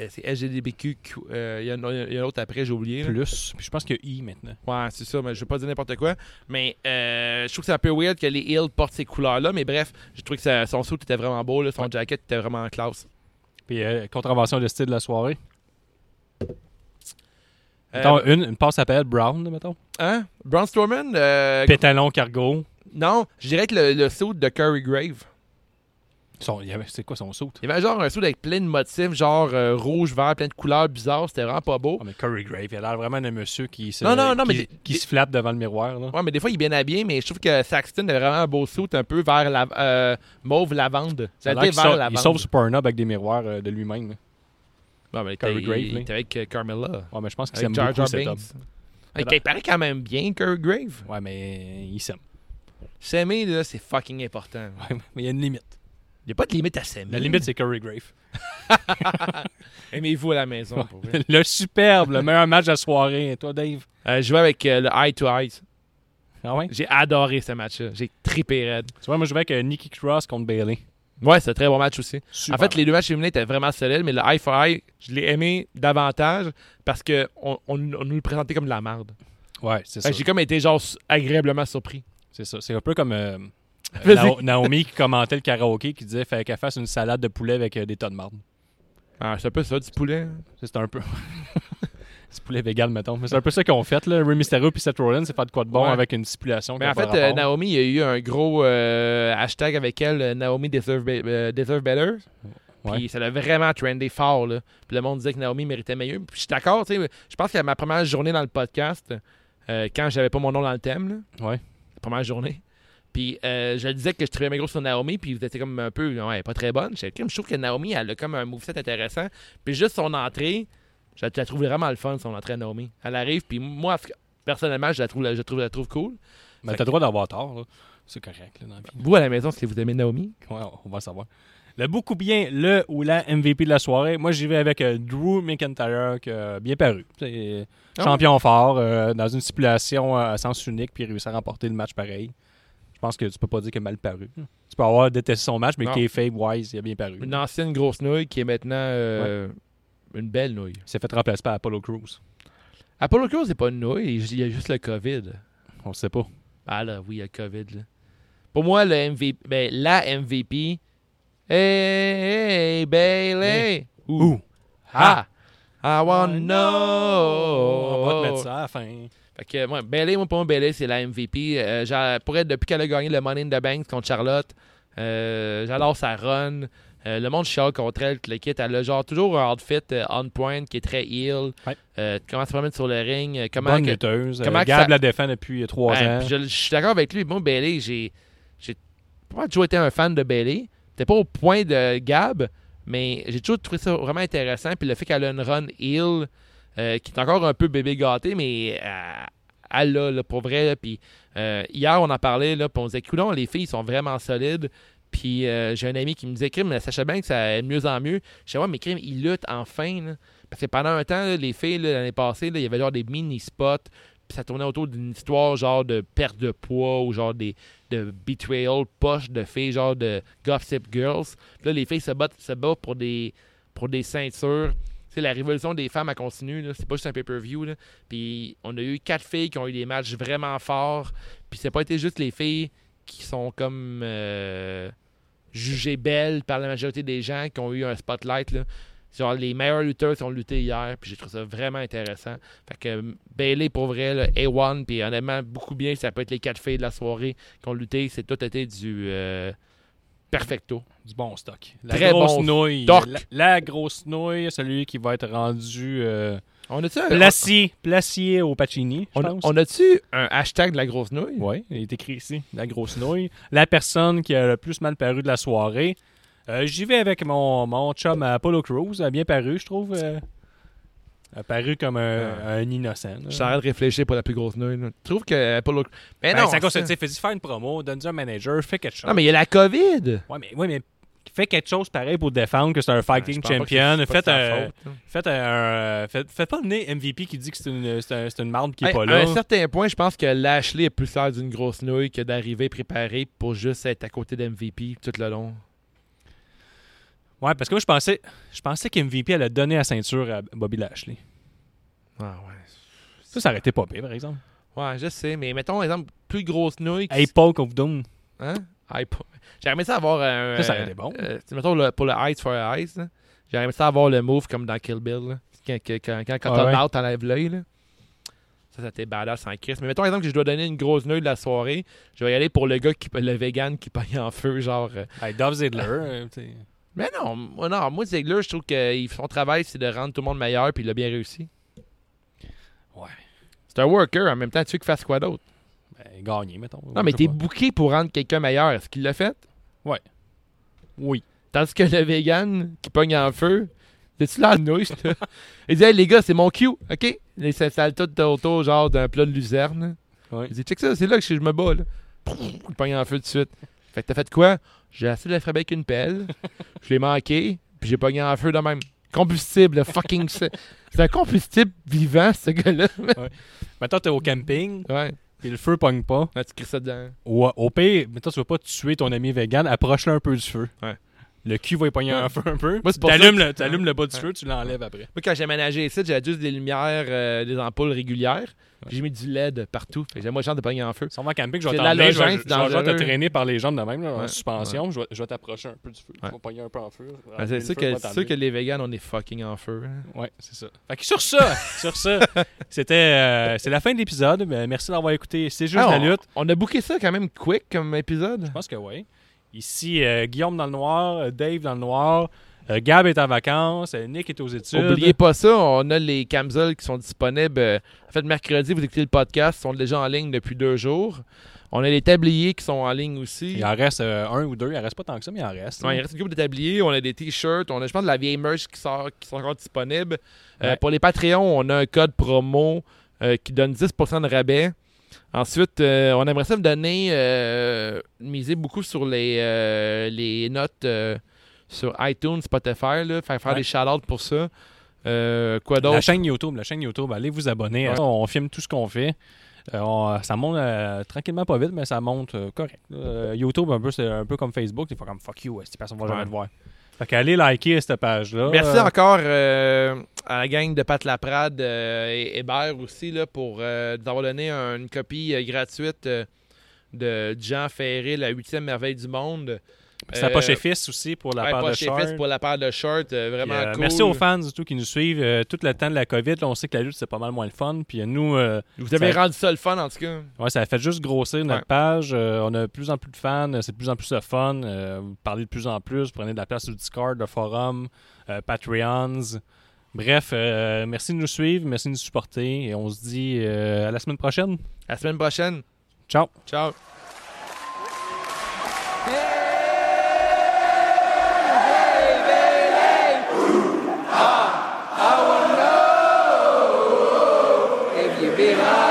euh, C'est LGBTQ, euh, il y en a, il y en a un autre après, j'ai oublié. là.
Plus. Puis je pense qu'il y a I maintenant.
Ouais, c'est ça, mais je vais pas dire n'importe quoi. Mais euh, je trouve que c'est un peu weird que les Hills portent ces couleurs-là, mais bref, je trouve que ça- son saut était vraiment beau, là, son jacket était vraiment classe.
Puis euh, contravention de style de la soirée.
Euh,
Mettons, une, une passe à Pelle Brown, là, mettons.
hein? Braun Strowman, euh,
Pétalon cargo.
Non, je dirais que le, le saut de Curry Grave.
Son- il y avait- C'est quoi son saut?
Il y avait genre un saut avec plein de motifs, genre euh, rouge, vert, plein de couleurs bizarres. C'était vraiment pas beau.
Ah, mais Curry Grave, il a l'air vraiment d'un monsieur qui se,
Oh. Non, non, non,
qui,
mais-
qui se flatte devant le miroir. Là.
Ouais, mais des fois, il est bien habillé, mais je trouve que Saxton avait vraiment un beau saut un peu vers la, euh, mauve lavande.
Ça a
Ça
l'air
a été
qu'il
vers
sauve- il
lavande.
sauve sur Pornhub avec des miroirs euh, de lui-même. là.
Non, mais
Curry
Curry
Grave,
Grave. Il
là.
était avec euh, Carmella.
Ouais, mais je pense qu'il s'aime
Avec Jar
beaucoup
Jar
cet homme.
Binks. Ok, il paraît quand même bien, Curry Grave.
Ouais, mais il s'aime.
S'aimer, là, c'est fucking important.
Ouais, mais il y a une limite.
Il n'y a pas de limite à s'aimer.
La limite, c'est Curry Grave.
Aimez-vous à la maison. pour vrai.
le superbe, le meilleur match de la soirée. Toi, Dave.
Euh, je vais avec euh, le Eye to Eye.
Ah ouais? Tu
J'ai adoré ce match-là. J'ai trippé raide.
vois, moi, je vais avec euh, Nikki Cross contre Bailey.
Ouais, c'est un très bon match aussi. En fait,
les...
les deux matchs féminins étaient vraiment solides, mais le high for high, je l'ai aimé davantage parce qu'on on, on nous le présentait comme de la merde.
Ouais, c'est
Fait
ça.
que J'ai comme été genre su- agréablement surpris.
C'est ça. C'est un peu comme euh,
Vas-y.
Nao- Naomi qui commentait le karaoké qui disait Fait qu'elle fasse une salade de poulet avec euh, des tas de marde.
Ah, c'est un peu ça, du poulet.
C'est un peu. c'est poulet vegan, mettons. Mais c'est un peu ça qu'on fait, là. Rey Mysterio puis Seth Rollins, c'est faire de quoi de bon
Ouais.
avec une stipulation.
Mais
qui a
en
pas
fait, euh,
rapport.
Naomi, il y a eu un gros euh, hashtag avec elle, euh, Naomi deserve, be- euh, deserve better.
Ouais.
Puis ça l'a vraiment trendé fort. Là. Puis le monde disait que Naomi méritait meilleur. Puis je suis d'accord, tu sais, je pense qu'à ma première journée dans le podcast, euh, quand j'avais pas mon nom dans le thème, là,
Ouais.
la première journée. Puis euh, je disais que je trouvais mes gros sur Naomi, puis vous étiez comme un peu, ouais, elle est pas très bonne. J'étais comme, Je trouve que Naomi, elle a comme un moveset intéressant. Puis juste son entrée, je la je la trouve vraiment le fun, son entrée à Naomi. Elle arrive, puis moi, personnellement, je la trouve, je la trouve, je la trouve cool.
Mais t'as le droit d'avoir tort, là. C'est correct, là, dans la vie.
Vous, à la maison, est-ce que vous aimez Naomi?
Ouais, on va le savoir. Le beaucoup bien, le ou la MVP de la soirée, moi j'y vais avec euh, Drew McIntyre qui a bien paru. C'est
Ah
champion fort euh, dans une stipulation euh, à sens unique puis réussir à remporter le match pareil. Je pense que tu peux pas dire qu'il a mal paru. Tu peux avoir détesté son match, mais
Hmm. Non.
qu'il est fake, wise, il a bien paru.
Une ancienne grosse nouille qui est maintenant euh, une belle nouille.
Il s'est fait remplacer par Apollo Crews.
Apollo Crews, c'est pas une nouille. Il y a juste le COVID.
On sait pas.
Ah là, oui, il y a le COVID. là. Pour moi, le MVP, ben, la MVP, hey, hey, Bailey.
Ouh.
Ah! I wanna know.
On va te mettre ça à la fin.
Fait que, ouais, Bailey, moi, pour moi, Bailey, c'est la MVP. Euh, j'a- pour être, depuis qu'elle a gagné le Money in the Bank contre Charlotte, euh, j'adore sa run. Euh, le monde chiale contre elle, le kit. Elle a genre toujours un outfit euh, on point qui est très heel.
Ouais.
Euh, comment se promène sur le ring. euh, Comment
Bonne
que-
lutteuse. Euh,
comment que
Gab
ça-
la défend depuis euh, trois
Ouais,
ans.
Ben, puis je, je suis d'accord avec lui. Moi, Bailey, j'ai. J'ai pas toujours été un fan de Bailey. T'es pas au point de Gab, mais j'ai toujours trouvé ça vraiment intéressant. Puis le fait qu'elle a une run heel, euh, qui est encore un peu bébé gâté, mais euh, elle l'a, là, pour vrai. là. Puis euh, hier, on en parlait, là, puis on disait, coudon, les filles sont vraiment solides. Puis euh, j'ai un ami qui me disait, Crime, Sacha Banks, ça est de mieux en mieux. Je dis, ouais, mais Crime, il lutte enfin. là. Parce que pendant un temps, là, les filles, là, l'année passée, là, il y avait genre des mini-spots. Puis ça tournait autour d'une histoire genre de perte de poids ou genre des de betrayal poche de filles, genre de gossip girls. Puis là, les filles se battent, se battent pour des pour des ceintures. C'est la révolution des femmes a continué. là. C'est pas juste un pay-per-view. là. Puis on a eu quatre filles qui ont eu des matchs vraiment forts. Puis c'est pas été juste les filles qui sont comme euh, jugées belles par la majorité des gens qui ont eu un spotlight. Là. Genre les meilleurs lutteurs qui ont lutté hier. Puis j'ai trouvé ça vraiment intéressant. Fait que Bailey pour vrai, là, A1, puis honnêtement, beaucoup bien. Ça peut être les quatre filles de la soirée qui ont lutté. C'est tout été du euh, perfecto.
Du bon stock. La
Très
grosse
bon
nouille.
stock.
La, la grosse nouille, celui qui va être rendu euh,
On a-tu un,
placier, placier au Pacini, je
on,
pense.
on a-tu un hashtag de la grosse nouille?
Oui, il est écrit ici, la grosse nouille. La personne qui a le plus mal paru de la soirée. Euh, J'y vais avec mon, mon chum Apollo Crews. a bien paru, je trouve. euh, a paru comme un,
Ah.
un innocent. là.
Je suis en train de réfléchir pour la plus grosse nouille. là. Je trouve que Apollo. Mais
Ben,
non,
c'est à cause
ça-
de- tu sais, fais-y faire une promo, donne-lui un manager, fais quelque chose.
Non, mais il y a la COVID.
Ouais, mais, ouais, mais fais quelque chose pareil pour défendre que c'est un fighting
Ben, Je pense pas que
champion.
c'est- c'est pas
Faites
de sa
un,
faute, là.
faites un, euh, faites, faites pas venir MVP qui dit que c'est une, c'est un- c'est une marde qui est
Hey,
pas
À
là.
un certain point, je pense que Lashley est plus fier d'une grosse nouille que d'arriver préparé pour juste être à côté d'MVP tout le long.
Ouais, parce que moi, je pensais, je pensais qu'MVP allait donner la ceinture à Bobby Lashley.
Ah ouais.
Ça, ça aurait été pas pire, par exemple.
Ouais, je sais, mais mettons, exemple, plus grosse nouille. qui-
Hey, Paul of Doom.
Hein? Hype. J'aurais aimé ça avoir un.
Ça, ça aurait
euh,
été bon.
euh, tu sais, mettons, le- pour le Eyes for Eyes, là, j'aurais aimé ça avoir le move comme dans Kill Bill. là. Quand, quand, quand, quand
Ah ouais.
t'en out, t'enlèves l'œil. là. Ça, ça t'est badass en crise. Mais mettons, exemple, que je dois donner une grosse nouille de la soirée, je vais y aller pour le gars, qui, le vegan qui paye en feu, genre. euh,
Hey, Dove Zidler. euh, tu sais.
Mais non, moi, non, moi, Ziegler, je trouve que il- son travail, c'est de rendre tout le monde meilleur, puis il a bien réussi.
Ouais.
C'est un worker, en même temps, tu veux qu'il fasse quoi d'autre?
Ben, gagné, mettons.
Non, mais
Je
t'es
sais pas.
booké pour rendre quelqu'un meilleur. Est-ce qu'il l'a fait?
Oui.
Tandis que le vegan qui pogne en feu, c'est-tu la nouille? ça? Il dit, hey, les gars, c'est mon cue, OK? Il s'installe tout autour, genre, d'un plat de luzerne.
Ouais.
Il dit, check ça, c'est là que je me bats, là. Prrr, Il pogne en feu tout de suite. Fait que t'as fait quoi? J'ai essayé de la frapper avec une pelle. Je l'ai manqué, puis j'ai pogné en feu de même. Combustible, le fucking. C'est c'est un combustible vivant, ce gars-là.
Mettons, t'es au camping,
ouais,
puis le feu pogne pas.
Ouais, tu cries ça dedans.
Ou, euh, au pire, mettons, tu veux pas tuer ton ami vegan, approche-le un peu du feu.
Ouais.
Le cul va y pogner un feu un peu.
Moi, c'est pour ça
T'allumes
que-
le, t'allumes le bas du
Ouais.
feu, tu l'enlèves après.
Moi, quand j'ai aménagé ici, j'avais juste des lumières, euh, des ampoules régulières. Puis J'ai mis du LED partout. Fait que J'ai moins de chance de pogner en feu.
Si on va en camping, je vais
C'est de la
t'emmener, je vais-
légende,
je
c'est
vais- je vais te
dangereux.
traîner par les jambes de même, là, en
Ouais,
suspension, je vais- je vais t'approcher un peu du feu.
Ouais.
Tu vas pogner un peu en feu.
Ben,
allumer
c'est
le
sûr,
feu,
que,
va
c'est sûr
t'emmener.
que les vegans, on est fucking en feu. hein.
Ouais, c'est ça. Fait que sur ça, sur ça, c'était euh, c'est la fin de l'épisode. Ben, Merci d'avoir écouté. C'est juste la
Ah, on,
lutte.
on a booké ça quand même quick comme épisode.
Je pense que oui. Ici, euh, Guillaume dans le noir, euh, Dave dans le noir, euh, Gab est en vacances, euh, Nick est aux études.
Oubliez pas ça, on a les camisoles qui sont disponibles. euh, En fait, mercredi, vous écoutez le podcast, ils sont déjà en ligne depuis deux jours. On a les tabliers qui sont en ligne aussi.
Il en reste euh, un ou deux. Il en reste pas tant que ça, mais il en reste.
Ouais, il reste une couple de tabliers, on a des t-shirts, on a je pense de la vieille merch qui sort qui sont encore disponibles. Euh,
Ouais.
pour les Patreons, on a un code promo euh, qui donne 10% de rabais. Ensuite, euh, on aimerait ça vous donner euh, miser beaucoup sur les, euh, les notes euh, sur iTunes, Spotify. Là, faire faire
Ouais.
des shout pour ça. Euh, quoi
La
d'autre?
chaîne YouTube, la chaîne YouTube, allez vous abonner.
Ouais.
On filme tout ce qu'on fait. Euh, on- ça monte euh, tranquillement pas vite, mais ça monte euh, correct. Euh, YouTube, un peu, c'est un peu comme Facebook. Des fois, comme fuck you, esti, personne ne va
Ouais.
jamais te voir. Fait qu'allez liker cette page-là.
Merci
Euh,
encore euh, à la gang de Pat Laprade euh, et Hébert aussi là, pour euh, nous avoir donné un- une copie euh, gratuite euh, de Jean Ferré, la huitième merveille du monde.
Sa
Euh,
poche et fils aussi pour la
ouais,
part de
poche et
short.
fils pour la paire de shorts. euh,
Puis,
vraiment
euh,
cool.
Merci aux fans surtout qui nous suivent euh, tout le temps de la COVID. Là, on sait que la lutte, c'est pas mal moins le fun. Puis euh, nous, euh,
Vous avez
Ça-
rendu ça le fun en tout cas.
ouais, ça a fait juste grossir notre
Ouais.
page. Euh, on a de plus en plus de fans. euh, C'est de plus en plus de fun. Euh, vous parlez de plus en plus. Prenez de la place sur Discord, le forum, euh, Patreons. Bref, euh, merci de nous suivre. Merci de nous supporter. Et on se dit euh, à la semaine prochaine.
À la semaine prochaine.
Ciao!
Ciao.
If you belong.